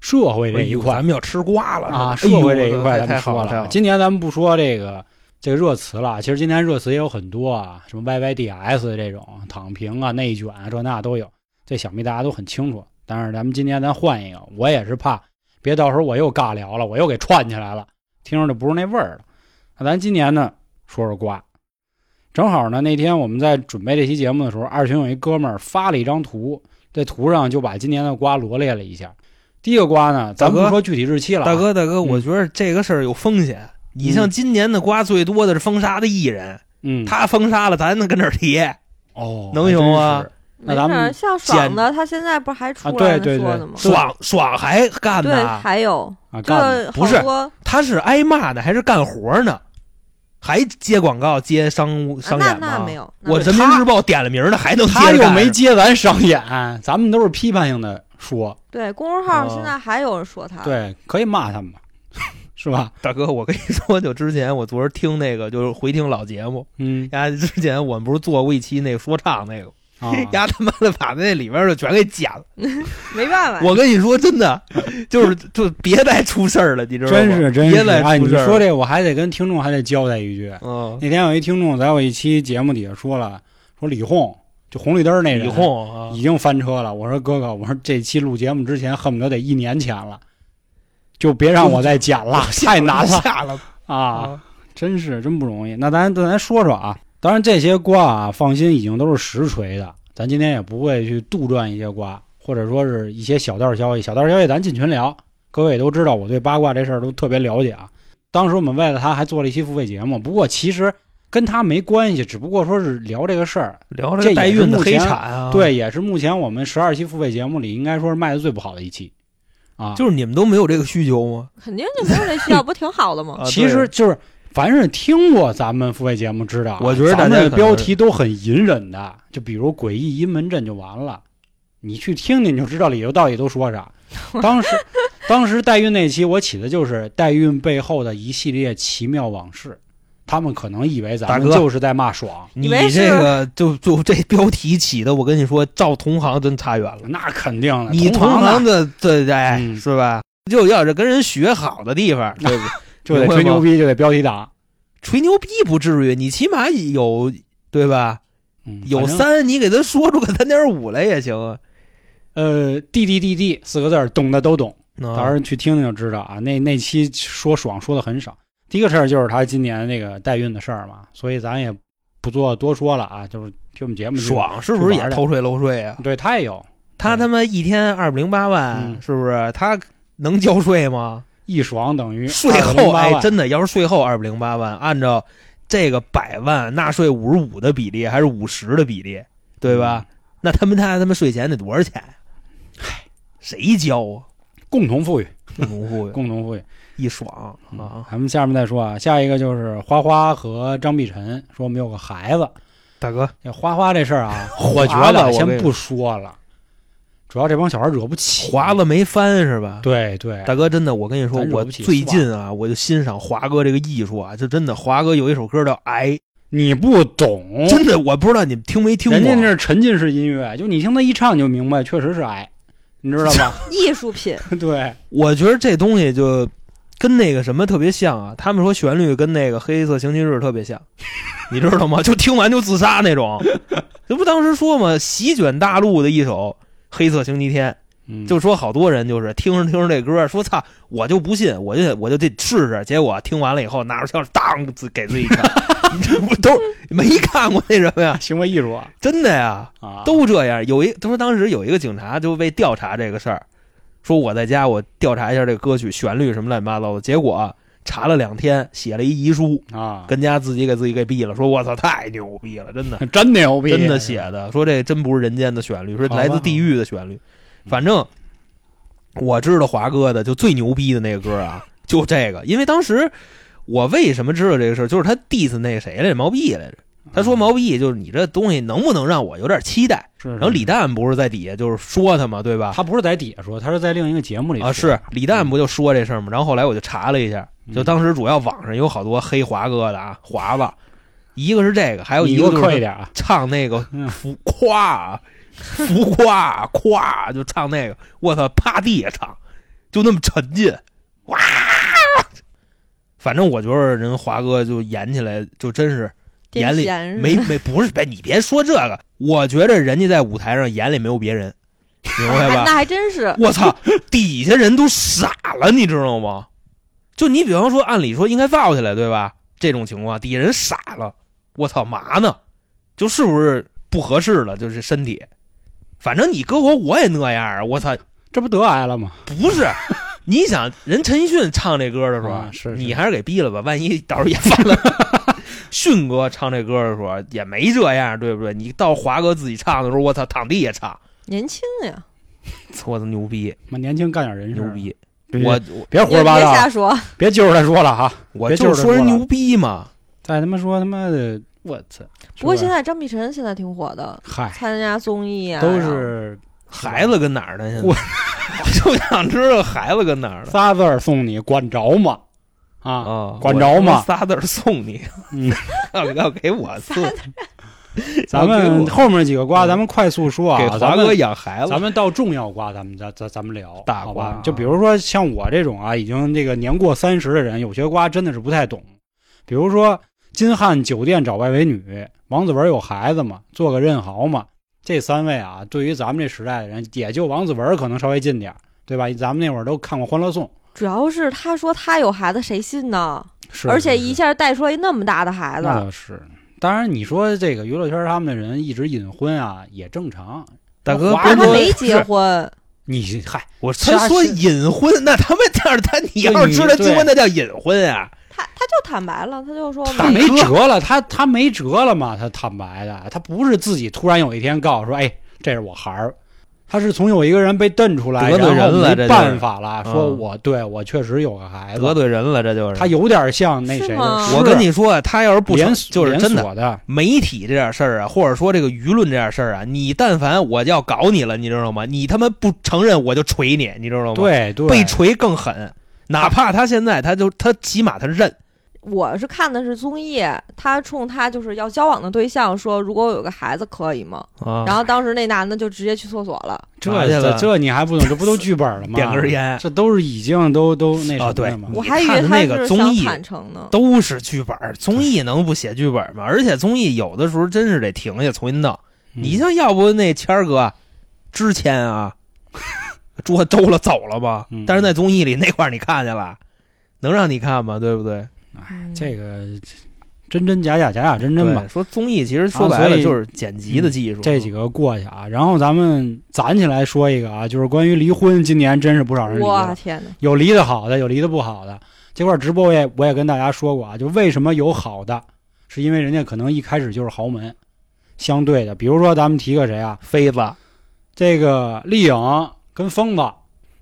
A: 社会这一
B: 哎咱
A: 块
B: 们要吃瓜了
A: 啊，社
B: 是吧
A: 会
B: 哎
A: 这
B: 呦
A: 一块咱
B: 太
A: 们
B: 好
A: 说
B: 了，太好
A: 了。
B: 了
A: 今年咱们不说这个这个热词了，其实今年热词也有很多啊，什么 YYDS 这种躺平啊、内卷啊，这那都有。这想必大家都很清楚。但是咱们今天咱换一个，我也是怕别到时候我又尬聊了，我又给串起来了，听着就不是那味儿了。那咱今年呢，说说瓜。正好呢，那天我们在准备这期节目的时候，二群有一哥们儿发了一张图，这图上就把今年的瓜罗列了一下。第一个瓜呢，咱
B: 大
A: 不
B: 哥
A: 说具体日期了啊，
B: 大哥，大哥，
A: 嗯
B: 我觉得这个事儿有风险。你像今年的瓜最多的是封杀的艺人，
A: 嗯，
B: 他封杀了，咱能跟这儿提？
A: 哦，
B: 能啊
A: 还真
B: 行吗
A: 是？那咱们
C: 没事儿，像爽的，他现在不是还出
A: 啊对
C: 来呢
A: 对
C: 说
A: 对
C: 呢吗？
B: 爽爽还干
C: 对，
B: 呢？
C: 还有
A: 啊，干
C: 这
B: 不是
C: 好多，啊
B: 他是挨骂呢，还是干活呢？还接广告、接商务
C: 啊
B: 商
C: 那
B: 演吗
C: 那没？有，那
B: 我
C: 没有
B: 人民日报点了名儿呢，还能接着
A: 他又
B: 干
A: 没接咱商演，咱们都是批判性的说，
C: 对公众号
B: 哦
C: 现在还有人说
B: 啊
C: 他，
A: 对，可以骂他们吧，是吧？
B: 大哥，我跟你说，就之前我昨儿听那个，就是回听老节目，
A: 嗯
B: 呀，之前我们不是做过一期那个说唱那个，
A: 啊，
B: 丫他妈的把那里边儿的全给剪了。
C: 没办法，
B: 我跟你说，真的，就是就别再出事儿了，你知道吗？
A: 真是真
B: 别
A: 是，
B: 再
A: 哎，你
B: 出事儿了。
A: 说这我还得跟听众还得交代一句，
B: 嗯，
A: 那天有一听众在我一期节目底下说了，说李红就红绿灯那人，
B: 李红啊，
A: 已经翻车了。我说哥哥，我说这期录节目之前恨不得得一年前了，就别让 我再剪了，太难了
B: 下了
A: 啊！！真是真不容易。那咱咱说说啊，当然这些瓜啊，放心，已经都是实锤的，咱今天也不会去杜撰一些瓜，或者说是一些小道消息。小道消息咱进群聊，各位也都知道，我对八卦这事儿都特别了解啊。当时我们为了他还做了一期付费节目，不过其实跟他没关系，只不过说是聊这个事儿。
B: 聊这
A: 这
B: 个代
A: 也是
B: 孕的
A: 目
B: 黑
A: 前
B: 产啊，，
A: 对，也是目前我们十二期付费节目里，应该说是卖的最不好的一期啊。
B: 就是你们都没有这个需求吗？
C: 肯定就没有这需要，不挺好的吗？
B: 啊
A: 其实就是凡是听过咱们付费节目知道啊，
B: 我觉得大家
A: 咱们的
B: 可能
A: 标题都很隐忍的，就比如“诡异阴门阵”就完了，你去听听就知道里头到底都说 啥。当时，当时代孕那期我起的就是代孕背后的一系列奇妙往事，他们可能以为咱们
B: 大哥
A: 就是在骂爽，
B: 你
C: 以为是
B: 这个就就这标题起的，我跟你说，照同行真差远了。
A: 那肯定的。
B: 你
A: 同
B: 嗯同
A: 行
B: 行
A: 的
B: 的对对、哎
A: 嗯
B: 是吧？就要是跟人学好的地方， 对不对？
A: 就得吹
B: 明白吗
A: 牛逼，就得标题党。
B: 吹牛逼不至于，你起码有对吧？
A: 嗯
B: 有
A: 反正
B: 三，你给他说出个三点五来也行啊。
A: 呃，D D D D 四个字儿，懂的都懂。
B: 到
A: 到时候去听听就知道啊。那那期说爽说的很少。第一个事儿就是他今年那个代孕的事儿嘛，所以咱也不做多说了啊，就是听我们节目就
B: 爽是不是也偷税漏税啊？
A: 对他也有
B: 他他妈一天二百零八万
A: 嗯，
B: 是不是？他能交税吗？
A: 一爽等于
B: 税后
A: 208万
B: 哎，真的，要是税后二百零八万，按照这个百万纳税五十五的比例还是五十的比例，对吧？？
A: 嗯
B: 那他们他他妈税前得多少钱？谁交啊？
A: 共同富裕，
B: 这农户
A: 共同富裕
B: 一爽
A: 嗯
B: 啊！
A: 咱们下面再说啊，下一个就是花花和张碧晨说我们有个孩子，
B: 大哥，
A: 这花花这事儿啊，
B: 我觉得
A: 华子
B: 我跟
A: 先
B: 你
A: 不说了，主要这帮小孩惹不起。
B: 华子没翻是吧？
A: 对对，
B: 大哥，真的，我跟你说，
A: 咱惹
B: 我
A: 不起
B: 最近啊，我就欣赏华哥这个艺术啊，就真的，华哥有一首歌叫《癌
A: 你不懂》，，
B: 真的，我不知道你们听没听过。
A: 哎人家那是沉浸式音乐，就你听他一唱你就明白，确实是矮，你知道 吧？
C: 艺 术品，
A: 对，
B: 我觉得这东西就跟那个什么特别像啊，他们说旋律跟那个《黑色星期日》特别像，你知道吗？就听完就自杀那种。这不当时说嘛，席卷大陆的一首《黑色星期天》，
A: 嗯
B: 就说好多人就是听着听着这歌，说操，我就不信，我就我就得试试。结果听完了以后，拿出枪当自给自己看， 你这不都没看过那什么呀？
A: 行为艺术啊，
B: 真的呀，
A: 啊
B: 都这样。有一他说当时有一个警察就为调查这个事儿，说我在家我调查一下这个歌曲旋律什么乱七八糟的，结果、查了两天，写了一遗书，
A: 啊，
B: 跟家自己给自己给毙了，说我操太牛逼了，真的。
A: 真牛逼，
B: 真的写的，说这真不是人间的旋律，是来自地狱的旋律。
A: 嗯
B: 反正我知道华哥的就最牛逼的那个歌啊，就这个，因为当时我为什么知道这个事儿，就是他 diss 那个谁来着，毛不易来着。他
A: 嗯
B: 说毛不易就是你这东西能不能让我有点期待？
A: 是，
B: 然后李诞不是在底下就是说他嘛，对吧？
A: 嗯他不是在底下说，他是在另一个节目里说
B: 啊，
A: 嗯
B: 是李诞不就说这事儿吗？然后后来我就查了一下，就当时主要网上有好多黑华哥的啊，华子，一个是这个，还有
A: 你
B: 一
A: 给
B: 个
A: 我
B: 就是
A: 快一点啊，
B: 唱那个
A: 嗯
B: 浮夸啊，浮夸啊夸啊，就唱那个，我操，趴地下唱，就那么沉浸，哇！反正我觉得人华哥就演起来就真是眼里
C: 闲是吧
B: 没没不是，别你别说这个，我觉得人家在舞台上眼里没有别人，明白
C: 啊
B: 吧？
C: 那还真是，
B: 我操，底下人都傻了，你知道吗？就你比方说，按理说应该抱起来，对吧？这种情况，底下人傻了，我操，嘛呢？就是不是不合适了？就是身体，反正你搁我我也那样啊！我操，
A: 这不得癌了吗？
B: 不是，你想人陈奕迅唱这歌的时候，
A: 啊是是
B: 你还是给毙了吧，万一到时候也犯了。 迅哥唱这歌的时候啊也没这样，对不对？你到华哥自己唱的时候，我操，躺地也唱，
C: 年轻呀，
B: 我操，牛逼，
A: 妈，年轻干点人事
B: 牛
A: 儿，
B: 逼！
A: 别
B: 我
A: 别胡
C: 别
A: 说八
C: 别
A: 道
C: 瞎
A: 啊，
C: 说，
A: 别揪着他说了哈，
B: 我
A: 别
B: 就
A: 就是是
B: 说人
A: 说了
B: 牛逼嘛，
A: 再他妈说他妈的，我操！
C: 不过
A: 是
C: 现
A: 吧
C: 在张碧晨现在挺火的，
A: 嗨，
C: 参加综艺啊，
A: 都是
B: 孩子跟哪儿呢？现在
A: 我
B: 我就想知道孩子跟哪 儿呢？
A: 仨字儿送你，管着吗？啊，
B: 啊，
A: 管着吗
B: 我仨字儿送你，
A: 嗯，
B: 要要给我
C: 仨
B: 送，
A: 咱
B: 要给
A: 们
B: 我
A: 后面几个瓜，
B: 嗯
A: 咱们快速说
B: 给
A: 啊，咱
B: 华
A: 们
B: 哥养孩子
A: 咱，们到重要瓜，咱们咱咱咱们聊
B: 大
A: 好
B: 瓜
A: 吧
B: 啊？
A: 就比如说像我这种啊，已经这个年过三十的人，有些瓜真的是不太懂。比如说金汉酒店找外围女，王子文有孩子嘛，做个任豪嘛，这三位啊，对于咱们这时代的人，也就王子文可能稍微近点儿对吧？咱们那会儿都看过《欢乐颂》
C: 主要是他说他有孩子，谁信呢？
A: 是，
C: 而且一
A: 下
C: 下带出来那么大的孩
A: 那
C: 子，
A: 倒是。当然，你说这个娱乐圈他们的人一直隐婚啊，也正常。
B: 大哥
A: 华
B: 别
C: 而
A: 哥
C: 他
B: 说
C: 没结
B: 是
C: 婚，
A: 你嗨，
B: 我他说隐婚，那他们这样，他你要是知道结婚，那叫隐婚啊！
C: 他他就坦白了，他就说嗯
A: 他没辙了，他他没辙了嘛，他坦白的，他不是自己突然有一天告诉说，哎，这是我孩儿，他是从有一个人被瞪出来，
B: 得罪人了
A: 然后
B: 这就是
A: 没办法了，
B: 嗯
A: 说我对我确实有个孩
B: 得
A: 子，
B: 罪人了，这就是
A: 他。有点像那
C: 是
A: 谁
C: 吗
A: 的，
B: 我跟你说，啊他要是不
A: 连
B: 成，
A: 锁
B: 就是真
A: 连
B: 的。
A: 锁的，
B: 媒体这点事儿啊，或者说这个舆论这点事儿啊，你但凡我就要搞你了，你知道吗？你他妈不承认，我就锤你，你知道吗？，
A: 对对，
B: 被锤更狠。哪怕他现在，他就他起码他认，
C: 我是看的是综艺，他冲他就是要交往的对象说，如果我有个孩子可以吗？
B: 啊
C: 然后当时那男的就直接去厕所了。
A: 这
B: 麻去
A: 这
B: 了
A: 这你还不懂？这不都剧本了吗？
B: 点根烟
A: 这都是已经都都那什
B: 哦
A: 么
B: 对
A: 的嘛。
C: 我
B: 你
C: 还以为
B: 看
C: 他
B: 那个
C: 是
B: 综
C: 想
B: 艺
C: 坦诚呢。
B: 都是剧本儿，综艺能不写剧本吗？而且综艺有的时候真是得停下重新弄。
A: 嗯
B: 你像要不那谦儿哥之前啊， 桌周了走了吧
A: 嗯？
B: 但是在综艺里那块儿你看见了，能让你看吗？对不对？
C: 嗯
A: 这个真真假假，假假真真吧
B: 对。说综艺其实说白
A: 啊所
B: 了
A: 以
B: 就是剪辑的技术，
A: 这几个过去啊，然后咱们攒起来说一个啊，就是关于离婚，今年真是不少人离
C: 我
A: 了，
C: 天哪！
A: 有离的好的，有离的不好的。这块直播我也我也跟大家说过啊，就为什么有好的，是因为人家可能一开始就是豪门，相对的，比如说咱们提个谁啊，
B: 妃子
A: 这个丽颖跟疯子，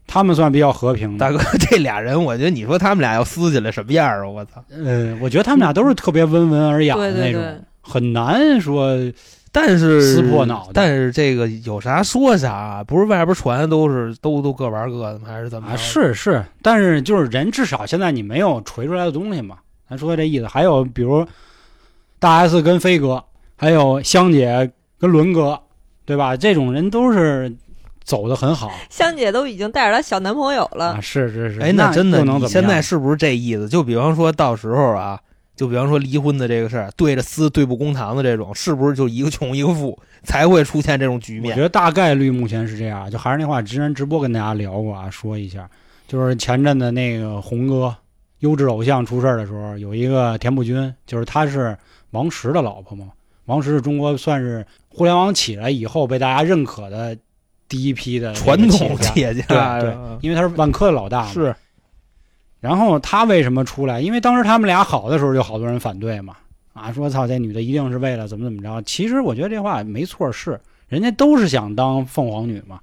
A: 他们算比较和平的，
B: 大哥这俩人，我觉得你说他们俩要撕起来什么样啊？我操！
A: 呃，我觉得他们俩都是特别温文尔雅的
C: 对
A: 那
C: 对
A: 种，
C: 对，
A: 很难说
B: 但是
A: 撕破脑袋
B: 但是这个有啥说啥，不是外边传都是都都各玩各的吗？还是怎么着
A: 啊，是是，但是就是人至少现在你没有锤出来的东西嘛，咱说这意思。还有比如大 S 跟飞哥，还有香姐跟伦哥，对吧？这种人都是走的很好
C: 香姐都已经带着她小男朋友了
A: 啊，，是是是。
B: 哎，
A: 那
B: 真的，
A: 又能
B: 你
A: 怎么
B: 现在
A: 样
B: 是不是这意思？就比方说到时候啊，就比方说离婚的这个事儿，对着撕对簿公堂的这种，是不是就一个穷一个富才会出现这种局
A: 我
B: 面
A: 觉？得大概率目前是这样，就还是那话，之前直播跟大家聊过啊，说一下，就是前阵子那个红哥优质偶像出事儿的时候，有一个田朴珺，就是她是王石的老婆嘛，王石是中国算是互联网起来以后被大家认可的第一批的那个
B: 传统
A: 企
B: 企
A: 业
B: 业家
A: 家，对对，因为他是万科的老大嘛，
B: 是
A: 然后他为什么出来？因为当时他们俩好的时候，就好多人反对嘛，啊，说操，这女的一定是为了怎么怎么着。其实我觉得这话没错，是人家都是想当凤凰女嘛，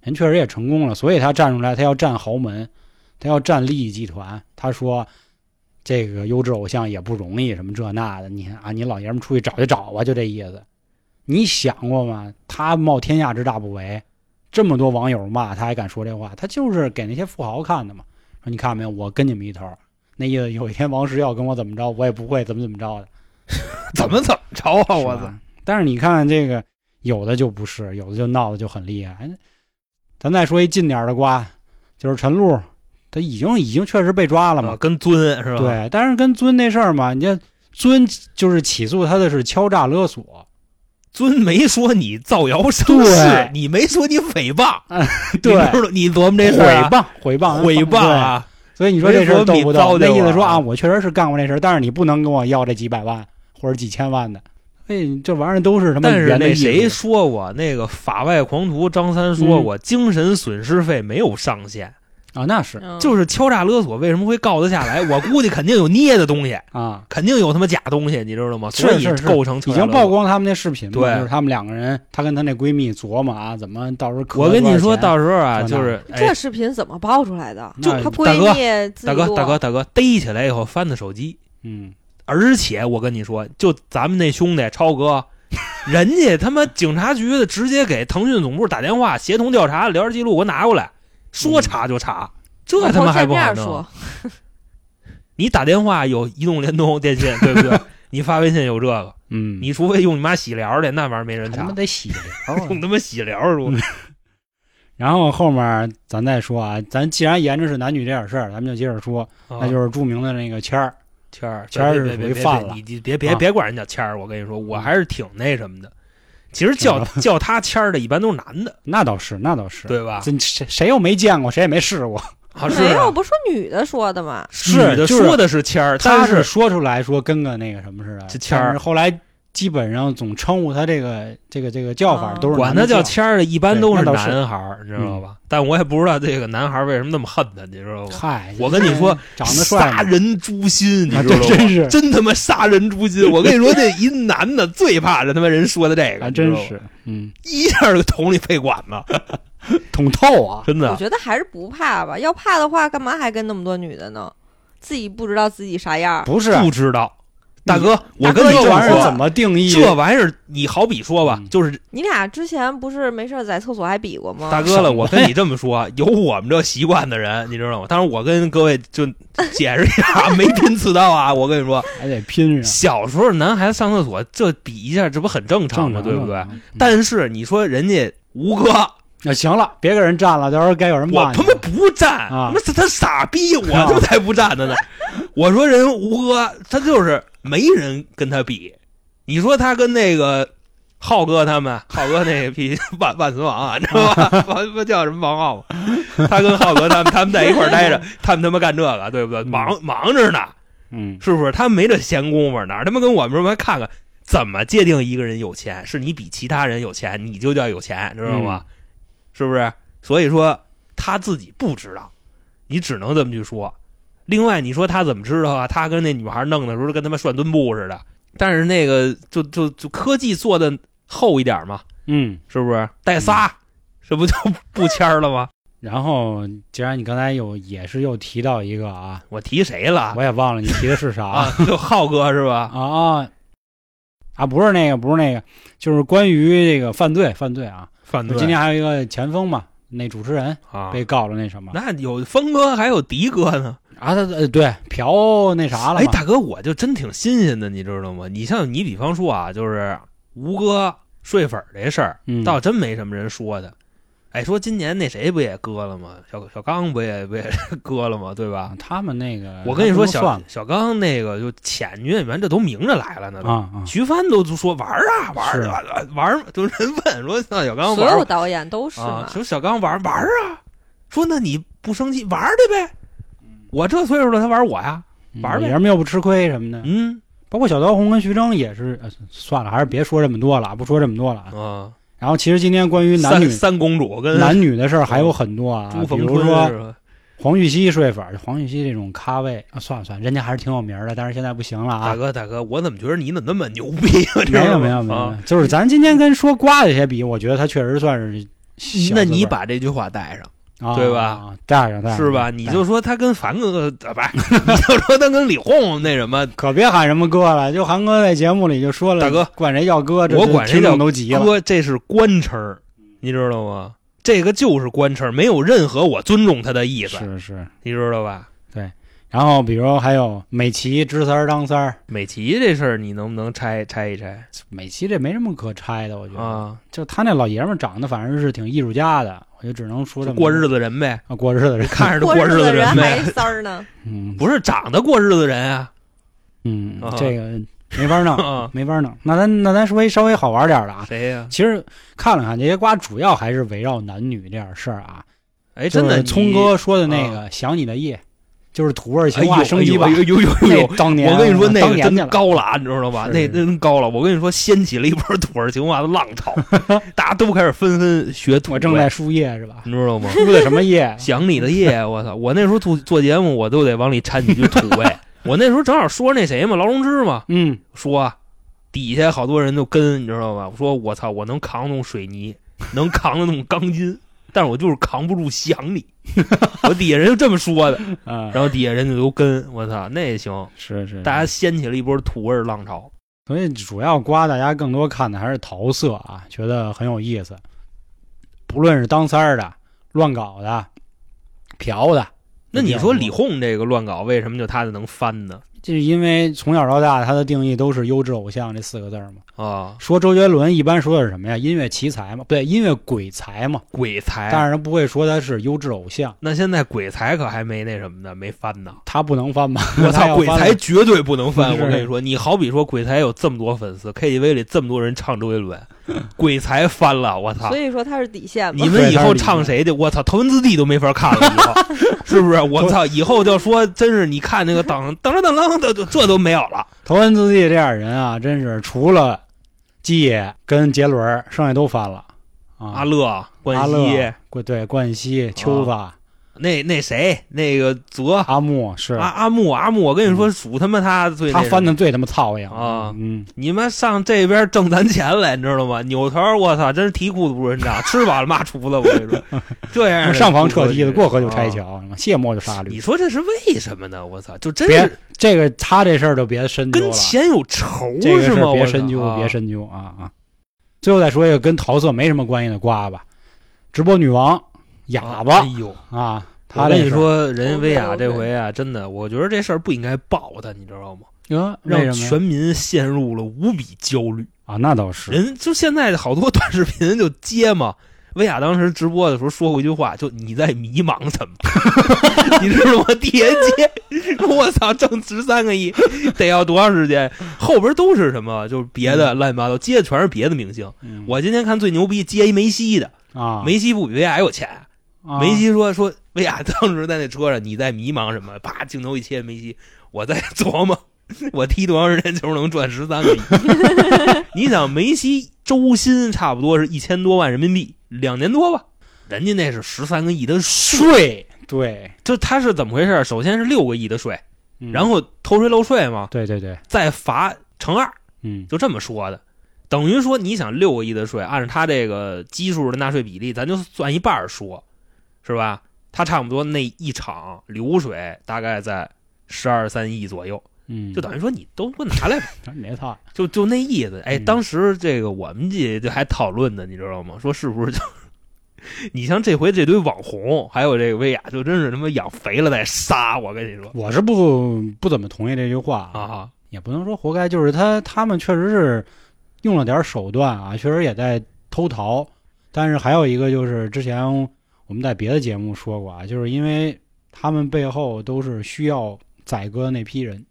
A: 人确实也成功了，所以他站出来，他要站豪门，他要站利益集团。他说，这个优质偶像也不容易，什么这那的，你看啊，你老爷们出去找就找吧，就这意思。你想过吗？他冒天下之大不韪，这么多网友骂，他还敢说这话？他就是给那些富豪看的嘛。说你看没有，我跟你们一头儿，那意思有一天王石要跟我怎么着，我也不会怎么怎么着的。
B: 怎么怎么着啊？我
A: 是
B: 操！
A: 吧！但是你看这个，有的就不是，有的就闹得就很厉害。哎咱再说一近点儿的瓜，就是陈露，他已经已经确实被抓了嘛
B: 啊，跟尊是吧？，
A: 对，但是跟尊那事儿嘛，你这尊就是起诉他的是敲诈勒 索，
B: 尊没说你造谣生事
A: 对，
B: 你没说你诽谤，
A: 对
B: 你知道你琢磨这
A: 诽
B: 事儿啊
A: 谤诽谤
B: 诽
A: 对
B: 谤！啊！
A: 所以你说这事儿逗不
B: 微博
A: 逗？
B: 米糟
A: 那
B: 践我
A: 意思说啊，我确实是干过这事儿，但是你不能跟我要这几百万或者几千万的。所以这玩意儿都是什么
B: 但是
A: 人的
B: 那
A: 艺术
B: 谁说过，那个法外狂徒张三说
A: 嗯
B: 过，精神损失费没有上限。
A: 啊？那是
C: 嗯
B: 就是敲诈勒索为什么会告得下来？我估计肯定有捏的东西，
A: 啊，
B: 肯定有他妈假东西，你知道吗？
A: 是
B: 所以
A: 是是
B: 构成敲
A: 已
B: 诈勒
A: 经
B: 索
A: 曝。光他们那视频嘛，
B: 对
A: 就是他们两个人，她跟她那闺蜜琢磨啊，怎么到时候可
B: 我跟你说
A: 多少钱
B: 到时候
A: 这
B: 啊，
A: 那
B: 就是
C: 这
B: 哎，
C: 视频怎么爆出来的？
A: 那
C: 她
B: 就
C: 闺蜜自己
B: 大哥
C: 录
B: 大哥大哥，逮起来以后翻他手机，
A: 嗯，
B: 而且我跟你说，就咱们那兄弟超 哥，人家他妈警察局的直接给腾讯总部打电话，协同调查，聊天记录给我拿过来，说查就查，
A: 嗯
B: 这他妈还不
C: 往
B: 好
C: 后见面
B: 弄啊
C: 说？，
B: 你打电话有移动、联通、电信， 对不对？你发微信有这个，
A: 嗯，
B: 你除非用你妈洗聊的，那玩意儿没人
A: 还他
B: 查
A: 妈。得 洗聊啊
B: 用他妈洗聊儿我
A: 嗯然后后面咱再说啊，咱既然沿着是男女这点事儿，咱们就接着说，嗯那就是著名的那个谦儿，
B: 啊谦儿，
A: 谦儿
B: 别
A: 是属
B: 别
A: 于
B: 别别
A: 犯了
B: 你你别别
A: 啊
B: 别管人叫谦儿，我跟你说，我
A: 嗯
B: 还是挺那什么的。其实叫叫他谦儿的，一般都是男的，
A: 那倒是，那倒是，
B: 对吧？
A: 这谁谁又没见过，谁也没试过，
B: 啊，是
C: 没有，
B: 啊
C: 不是女的说的吗？
A: 是
B: 女的
A: 就是
B: 说的是谦儿，
A: 他
B: 但
A: 是
B: 是
A: 说出来说跟个那个什么似的，
B: 这谦儿
A: 但是后来基本上总称呼他这个这个这个叫法
C: 哦
A: 都是
B: 管
A: 他
B: 他叫谦儿的，一般都
A: 对那倒是嗯
B: 男孩儿，知道吧？但我也不知道这个男孩儿为什么那么恨他，你知道吗？
A: 嗨，
B: 我跟你说，
A: 长得帅
B: 杀
A: 嘛，
B: 人诛心，你
A: 啊
B: 知道
A: 这
B: 吗？
A: 真是
B: 真他妈杀人诛心！我跟你说，这一男的最怕这他妈人说的这个，
A: 还
B: 你知
A: 啊真
B: 道吗
A: 是，嗯，
B: 一下就捅你肺管子，
A: 捅透啊，
B: 真
C: 我
B: 的。
C: 觉得还是不怕吧。要怕的话，干嘛还跟那么多女的呢？自己不知道自己啥样儿。
A: 不 是啊嗯
B: 不知道，大哥，我
A: 大
B: 跟
A: 哥
B: 你
A: 这玩意儿
B: 说，
A: 怎么定义？
B: 这玩意儿你好比说吧
A: 嗯，
B: 就是
C: 你俩之前不是没事儿在厕所还比过吗？
B: 啊大哥了，我跟你这 么说，有我们这习惯的人，你知道吗？当然，我跟各位就解释一下，没拼刺刀啊！我跟你说，
A: 还得拼上，
B: 小时候男孩子上厕所这比一下，这不很正常
A: 正
B: 吗？
A: 常啊嗯
B: 对不对
A: 正？常？
B: 但是你说人家吴哥，
A: 那行了，别给人占了，到时候该有人
B: 我
A: 骂你
B: 他
A: 了。
B: 妈不站，
A: 啊
B: 他妈是他傻逼，我就才不站的呢。我说人吴哥，他就是没人跟他比。你说他跟那个浩哥他们，浩哥那个比万万磁王啊，你知道吧？王不叫什么王浩吗？他跟浩哥他们他们在一块儿待着，他们他妈干这个，对不对？
A: 嗯
B: 忙忙着呢，
A: 嗯，
B: 是不是？他没这闲工夫，哪儿他妈跟我们这边看看怎么界定一个人有钱？是你比其他人有钱，你就叫有钱，知道吗？
A: 嗯
B: 是不是？所以说他自己不知道，你只能这么去说。另外，你说他怎么知道啊？他跟那女孩弄的时候跟他妈涮墩布似的，但是那个就就就科技做的厚一点嘛，
A: 嗯，
B: 是不是？带仨，这不就不签儿了吗？
A: 然后既然你刚才有也是又提到一个啊，
B: 我提谁了
A: 我也忘了你提的是啥
B: 啊？就浩哥是吧？
A: 啊啊啊！不是那个，不是那个，就是关于这个犯罪，犯罪啊！
B: 反对
A: 今天还有一个前锋嘛，那主持人
B: 啊，
A: 被告了那什么
B: 那有峰哥还有迪哥呢。
A: 啊？他呃对嫖那啥了
B: 哎，
A: 嘛？
B: 大哥，我就真挺新鲜的，你知道吗？你像你比方说啊，就是吴哥睡粉儿这事儿，
A: 嗯
B: 倒真没什么人说的。哎，说今年那谁不也割了吗？小小刚不也不也割了吗？对吧
A: 啊？他们那个，
B: 我跟你说，
A: 他不能
B: 小
A: 算了
B: 小刚那个就前女演员，这都明着来了呢。
A: 啊啊！
B: 徐帆都就说玩儿啊玩
A: 是
B: 儿玩儿玩儿，就人问说那小刚
C: 所
B: 玩儿
C: 有
B: 吗
C: 导演都是嘛
B: 啊，，说小刚玩儿玩儿啊，说那你不生气玩儿去呗，我这岁数了他玩儿我呀，
A: 嗯
B: 玩儿呗
A: 爷们又不吃亏什么的，
B: 嗯
A: 包括小刀红跟徐峥也是。呃算了，还是别说这么多了，不说这么多了啊。
B: 啊。
A: 然后其实今天关于男女
B: 三三公主跟
A: 男女的事儿还有很多啊，
B: 朱
A: 比
B: 逢
A: 如
B: 春
A: 说
B: 是吧
A: 黄旭熙睡粉儿，黄旭熙这种咖位啊，算了算了，人家还是挺有名儿的，但是现在不行了
B: 大
A: 啊。
B: 哥大哥，我怎么觉得你怎么那么牛逼 啊？
A: 没有没
B: 这是吧
A: 有没有，
B: 啊
A: 就是咱今天跟说瓜这些比，我觉得他确实算是小资
B: 那你
A: 本儿
B: 把这句话带上
A: 啊
B: 对吧
A: 啊带上带上
B: 是吧？你就说他跟樊哥，呃不是， 你就说他跟李红那什么
A: 可别喊什么哥了，就韩哥在节目里就说了，
B: 大哥
A: 管谁叫哥，这
B: 我管谁
A: 听众
B: 叫
A: 都急了。
B: 哥，这是官称儿，你知道吗？这个就是官称儿，没有任何我尊重他的意思，
A: 是是，
B: 你知道吧？
A: 然后比如还有美琪知三儿当三儿，
B: 美琪这事儿你能不能拆拆一拆
A: 美琪这没什么可拆的，我觉得，
B: 啊？
A: 就他那老爷们儿长得反正是挺艺术家的，我就只能说这
B: 就
A: 么
B: 过
A: 多
B: 日子人 呗，
A: 啊，过日子人，
B: 看着就
C: 过
B: 过
C: 日
B: 子
C: 的
B: 人
C: 还
B: 呗，
C: 三儿 呢。
A: 嗯，
B: 不是长得过日子人啊
A: 嗯
B: 啊，
A: 这个没法弄，
B: 啊？
A: 没法弄。那咱那咱说一稍微好玩点儿的啊。
B: 谁呀？
A: 其实看了看这些瓜，主要还是围绕男女这点事儿啊。
B: 哎，真
A: 就是
B: 的，
A: 聪
B: 你啊
A: 哥说的那个《想你的夜》，就是土味情话升级版。
B: 哎呦哎呦哎呦 哎呦！
A: 那当年
B: 我跟你说，那
A: 当
B: 个
A: 年去
B: 真
A: 了，
B: 高了啊，你知道吧？
A: 是
B: 那真高了。我跟你说，掀起了一波土味情话的浪 潮，大家都开始纷纷学土味。
A: 我正在输液是吧？
B: 你知道吗？
A: 输的什么 液？
B: 想你 的夜，我操！我那时候做做节目，我都得往里掺几句土 味。我那时候正好说那谁嘛，劳荣枝嘛，
A: 嗯，
B: 说啊底下好多人就跟，你知道吧？我说我操，我能扛得动水泥，能扛得动钢筋，但是我就是扛不住想你。 我底下人就这么说的，
A: 啊，
B: 然后底下人就都跟，我操，那也行。
A: 是是，
B: 呃大家掀起了一波土味儿浪潮。
A: 所以主要瓜大家更多看的还是桃色啊，觉得很有意思。不论是当三儿的、乱搞的、嫖的，
B: 那你说李
A: 这
B: 红这个乱搞，为什么就他就能翻呢？
A: 就是因为从小到大他的定义都是优质偶像这四个字儿嘛。
B: 啊，
A: 说周杰伦一般说的是什么呀？音乐奇才嘛，不对，音乐鬼才嘛。
B: 鬼才！
A: 但是他不会说他是优质偶像，。
B: 那现在鬼才可还没那什么呢，没翻呢
A: 他不能翻吧？
B: 我
A: 他要
B: 操，鬼
A: 翻了
B: 才绝对不能翻！
A: 是
B: 我跟你说，你好比说鬼才有这么多粉丝，KTV 里这么多人唱周杰伦， 鬼才翻了，我操
C: 所！以说他是底线嘛
B: 你。们以后唱谁的？我操，头文字 D 都没法看了，以后 是不是？我操，以后就说真是，你看那个当当啷当啷的，这都没有了。
A: 头文字 D 这样人啊，真是除了季野跟杰伦儿剩下都翻了啊，
B: 阿乐、
A: 阿
B: 冠希
A: 乐、冠对冠
B: 啊
A: 希、秋子、
B: 那那谁那个泽
A: 阿木是嗯
B: 阿阿木阿木，我跟你说，数他妈他最
A: 他
B: 那什么
A: 翻的最他妈操硬
B: 啊
A: 嗯，
B: 你们上这边挣咱钱来，你知 道吗？扭头，我操，真是提裤子不认账， 吃饱了骂厨子，我跟 你说，这样的
A: 上房撤梯子，过河就拆
B: 啊
A: 桥，卸磨就杀驴
B: 你。说这是为什么呢？我操，就真
A: 别
B: 是
A: 这个他这事儿就别深究
B: 跟
A: 了，
B: 钱有仇
A: 这个事
B: 是吗？
A: 儿别
B: 我操
A: 深究，
B: 啊
A: 别深究啊啊！最后再说一个跟桃色没什么关系的瓜吧，直播女王哑
B: 啊
A: 巴
B: 哎呦，
A: 啊，他
B: 我跟
A: 这
B: 你
A: 事儿，
B: 说，人薇娅
C: OK，OK
B: 这回啊，真的，我觉得这事儿不应该爆他，你知道吗？
A: 呃，为
B: 让
A: 什么呀
B: 全民陷入了无比焦虑。
A: 啊？那倒是，
B: 人就现在好多短视频就接嘛。 薇娅当时直播的时候说过一句话，就你在迷茫怎么 办？你知道吗？地铁接，我操，挣十三个亿得要多长时间？后边都是什么？就是别的乱七八糟，接的全是别的明星。
A: 嗯
B: 我今天看最牛逼接一梅西的，
A: 啊，
B: 梅西不比薇娅有钱，
A: 啊
B: 梅西说说，薇娅当时在那车上，你在迷茫什么？啪，镜头一切，梅西，我在琢磨， 我踢多长时间球能赚十三个亿？ 你想，梅西周薪差不多是一千多万人民币，两年多吧？人家那是十三个亿的税，
A: 税，对，
B: 就他是怎么回事？首先是六个亿的税，
A: 嗯
B: 然后偷税漏税嘛，
A: 对对对，
B: 再罚乘二，
A: 嗯
B: 就这么说的。等于说，你想六个亿的税，按照他这个基数的纳税比例，咱就算一半儿说，是吧？他差不多那一场流水大概在十二三亿左右，
A: 嗯，
B: 就等于说你都给我拿来吧，
A: 别操，
B: 就就那意思。哎，
A: 嗯
B: 当时这个我们这就还讨论呢，你知道吗？说是不是就 你像这回这堆网红，还有这个薇娅，就真是他妈养肥了再杀，我跟你说
A: 我是不不怎么同意这句话啊，
B: 啊，
A: 也不能说活该，就是他他们确实是用了点手段啊，确实也在偷逃。但是还有一个就是之前我们在别的节目说过啊，就是因为他们背后都是需要宰割那批人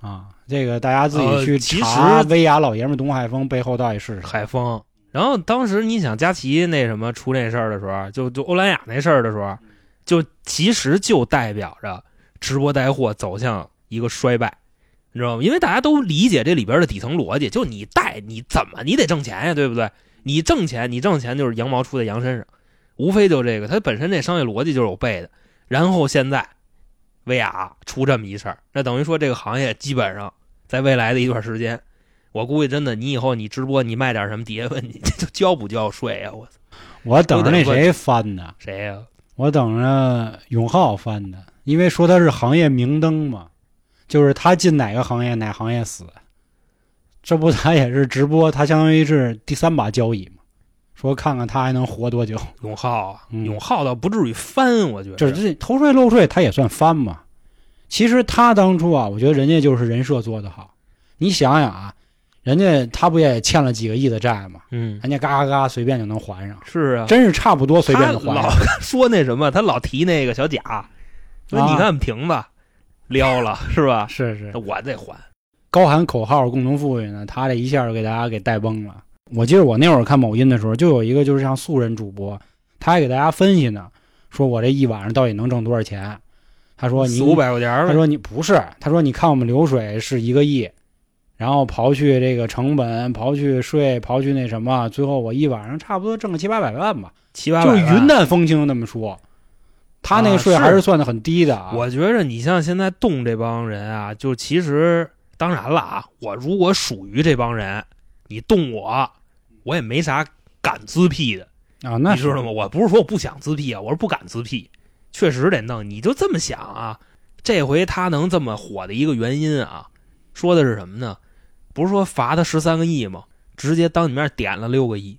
A: 啊，这个大家自己
B: 呃
A: 去
B: 其
A: 查
B: 实
A: 薇娅老爷们儿董海峰背后到底是谁。
B: 海峰。然后当时你想佳琪那什么出那事儿的时候，啊就就欧莱雅那事儿的时候，啊就其实就代表着直播带货走向一个衰败，你知道吗？因为大家都理解这里边的底层逻辑，就你带你怎么你得挣钱呀，对不对？你挣钱，你挣钱就是羊毛出在羊身上，无非就这个，它本身这商业逻辑就是有背的。然后现在薇娅出这么一事儿，那等于说这个行业基本上在未来的一段时间，我估计真的，你以后你直播你卖点什么，底下问你 这就交不交税啊？我操，
A: 我等着那谁翻呢？
B: 谁呀、
A: 我等着永浩翻呢，因为说他是行业明灯嘛，就是他进哪个行业哪行业死。这不他也是直播，他相当于是第三把交椅嘛，说看看他还能活多久。
B: 永浩啊，
A: 嗯
B: 永浩倒不至于翻，我觉得
A: 就是这偷税漏税，他也算翻嘛。其实他当初啊，我觉得人家就是人设做得好。你想想啊，人家他不也欠了几个亿的债嘛？
B: 嗯，
A: 人家嘎嘎嘎随便就能还上，
B: 是啊，
A: 真是差不多随便
B: 他
A: 就还
B: 老
A: 上。
B: 说那什么，他老提那个小贾，说
A: 啊
B: 你看瓶子撩了是吧？
A: 是是
B: 那，我得还，
A: 高喊口号共同富裕呢，他这一下就给大家给带崩了。我记得我那会儿看某音的时候，就有一个就是像素人主播，他还给大家分析呢，说我这一晚上到底能挣多少钱？他说你
B: 四五，百块钱
A: 他
B: 呗。
A: 说你不是，他说你看我们流水是一个亿，然后刨去这个成本，刨去税，刨去那什么，最后我一晚上差不多挣个七八百万吧，
B: 七八百啊
A: 就
B: 万。
A: 云淡风轻那么说。他那个
B: 啊
A: 税
B: 是
A: 还是算的很低的啊，
B: 我觉着你像现在动这帮人啊，就其实当然了啊，我如果属于这帮人，你动我，我也没啥敢自辟的，
A: 啊，那
B: 你
A: 是
B: 知道吗？我不是说我不想自辟啊，我是不敢自辟，确实得弄。你就这么想啊？这回他能这么火的一个原因啊，说的是什么呢？不是说罚他十三个亿吗？直接当你面点了六个亿。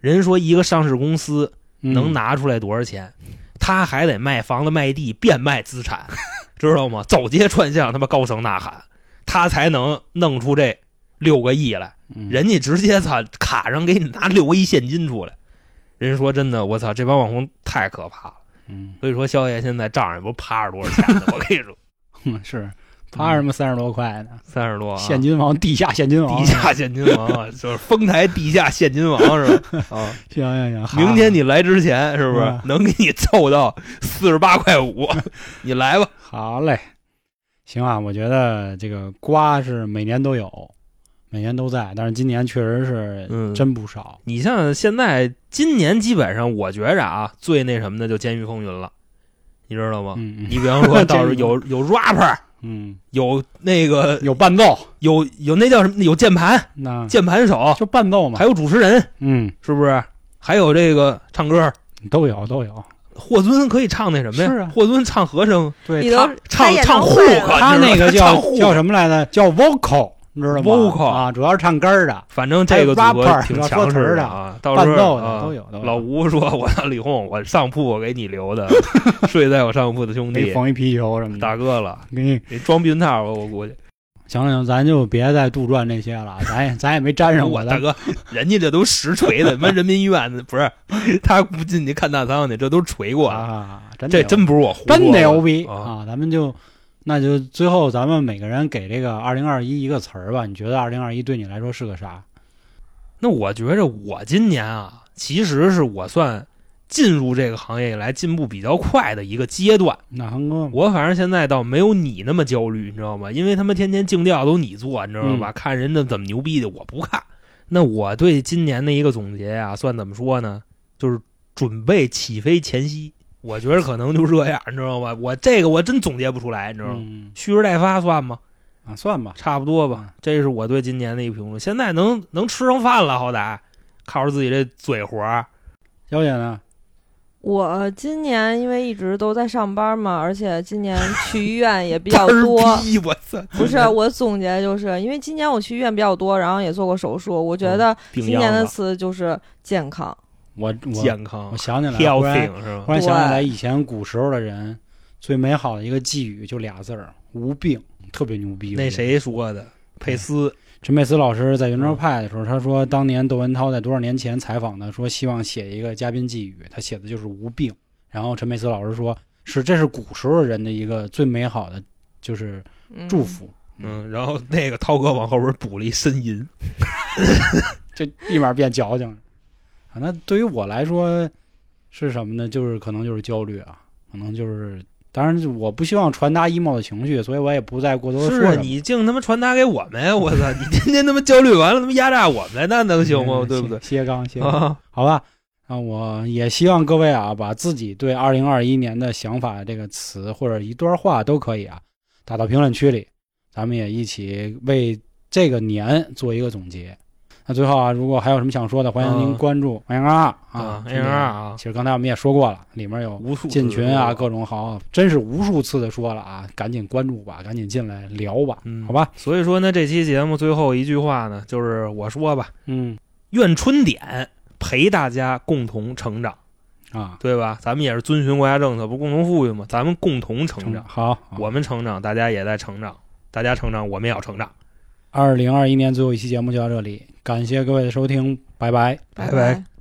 B: 人说一个上市公司能
A: 嗯
B: 拿出来多少钱，他还得卖房子、卖地、变卖资产，知道吗？走街串巷，他妈高声呐喊，他才能弄出这六个亿来。
A: 嗯
B: 人家直接操卡上给你拿六个亿现金出来。人说真的，我操，这帮网红太可怕了。
A: 嗯
B: 所以说，肖爷现在账上也不是趴着多少钱呢，我跟 你说，
A: 哼
B: 嗯
A: 是他什么三十多块呢？
B: 三十多、啊，
A: 现金王，地下现金王。
B: 地下现金王啊，就是丰台地下现金王是吧？啊，
A: 行行行，
B: 明天你来之前是不是
A: 嗯
B: 能给你凑到四十八块五？你来 吧。
A: 好嘞，行啊，我觉得这个瓜是每年都有每年都在，但是今年确实是
B: 嗯，
A: 真不少。
B: 你像现在今年基本上，我觉着啊，最那什么的就《监狱风云》了，你知道吗？
A: 嗯
B: 你比方说，到时 候
A: 监
B: 有有 rapper，
A: 嗯，
B: 有那个
A: 有伴奏，
B: 有有那叫什么？有键盘
A: 那
B: 键盘手，
A: 就伴奏嗯嘛
B: 还，有主持人，
A: 嗯，
B: 是不是？还有这个唱歌，
A: 都有都有。
B: 霍尊可以唱那什么呀？
A: 是啊
B: 霍尊唱和声，
C: 你
A: 对
C: 都
A: 他
B: 唱
C: 开演
B: 唱
C: 唱
B: 啊户
C: 会
B: 口
C: 了，
A: 他那个叫
B: 唱户
A: 叫什么来着？叫 vocal，你知道吗
B: vocal
A: 啊，主要是唱歌儿的，
B: 反正这个组合
A: rapper，
B: 挺
A: 要
B: 强
A: 说词
B: 势
A: 儿的
B: 啊。到
A: 伴
B: 时候
A: 奏的
B: 啊
A: 都有都有。
B: 老吴说：“我要李红，我上铺我给你 留的，睡在我上铺的兄
A: 给你
B: 弟，
A: 缝一皮球什么的，
B: 大哥了，
A: 给你
B: 你装避孕套吧，我估计。
A: 行了，咱就别再杜撰这些了，咱也咱也没沾上
B: 我大
A: 咱
B: 哥，人家这都实锤的，妈人民医院的不是，他不进去看大仓去，这都锤过的，
A: 啊，真的
B: 这
A: 有
B: 真不是我胡说
A: 真的
B: 的
A: 牛逼
B: 啊！
A: 啊！咱们就那就最后咱们每个人给这个二零二一一个词儿吧，你觉得二零二一对你来说是个啥？
B: 那我觉着我今年啊，其实是我算进入这个行业以来进步比较快的一个阶段。
A: 那恒哥，
B: 我反正现在倒没有你那么焦虑，你知道吗？因为他们天天竞调都你做，你知道吧？看人家怎么牛逼的，我不看。那我对今年的一个总结啊，算怎么说呢？就是准备起飞前夕，我觉得可能就这样，你知道吗？我这个我真总结不出来，你知道吗？
A: 嗯
B: 蓄势待发算吗？
A: 啊，算吧，
B: 差不多吧。这是我对今年的一个评论。现在能能吃上饭了，好歹靠着自己这嘴活儿，
A: 小姐呢？
C: 我今年因为一直都在上班嘛，而且今年去医院也比 较
B: 倍
C: 多
B: 儿。逼我操！
C: 不是，我总结就是因为今年我去医院比较多，然后也做过手术，我
B: 嗯
C: 觉得
B: 病
C: 今
B: 秧
C: 年的
B: 子，
C: 词就是健康。
A: 我我
B: 健康
A: 我想起来了，忽然
B: ，healthy 是
A: 忽
B: 吧？
A: 然想起来
C: 对
A: 以前古时候的人最美好的一个寄语就俩字儿：无病，特别牛逼。
B: 那
A: 我觉得
B: 谁说的？佩斯
A: 陈佩斯老师在圆
B: 嗯
A: 桌派的时候，他说当年窦文涛在多少年前采访他，说希望写一个嘉宾寄语，他写的就是无病。然后陈佩斯老师说，是这是古时候人的一个最美好的就是
C: 嗯、
A: 祝福，
B: 嗯，然后那个涛哥往后边补了一呻吟，
A: 这立马变矫情了。啊，那对于我来说是什么呢？就是可能就是焦虑啊，可能就是，当然我不希望传达 emo 的情绪，所以我也不再过多的说
B: 是
A: 什
B: 啊，
A: 么。
B: 你净他妈传达给我们呀！我操， 你天天他妈焦虑完了，他妈压榨我们，那能行吗？
A: 嗯
B: 对不对？？
A: 歇歇刚， 歇刚。
B: 啊，
A: 好吧，那我也希望各位啊，把自己对二零二一年的想法这个词或者一段话都可以啊，打到评论区里，咱们也一起为这个年做一个总结。那最后啊，如果还有什么想说的，欢迎您
B: 嗯
A: 关注 A R 啊
B: 啊
A: 这个
B: ，AR 啊
A: 其实刚才我们也说过了，里面有
B: 无数次
A: 进群啊，
B: 的
A: 各种好，真是无数次的说了啊，赶紧关注吧，赶紧进来聊吧，
B: 嗯
A: 好吧，
B: 所以说呢，这期节目最后一句话呢，就是我说吧，
A: 嗯
B: 愿春点陪大家共同成长，
A: 啊，
B: 对吧？咱们也是遵循国家政策，不是共同富裕吗？咱们共同成
A: 成啊
B: 长，
A: 好，好
B: 我们成长，大家也在成长，大家成长，我们也要成长。
A: 二零二一年最后一期节目就到这里，感谢各位的收听，拜拜。
B: 拜
C: 拜
B: 拜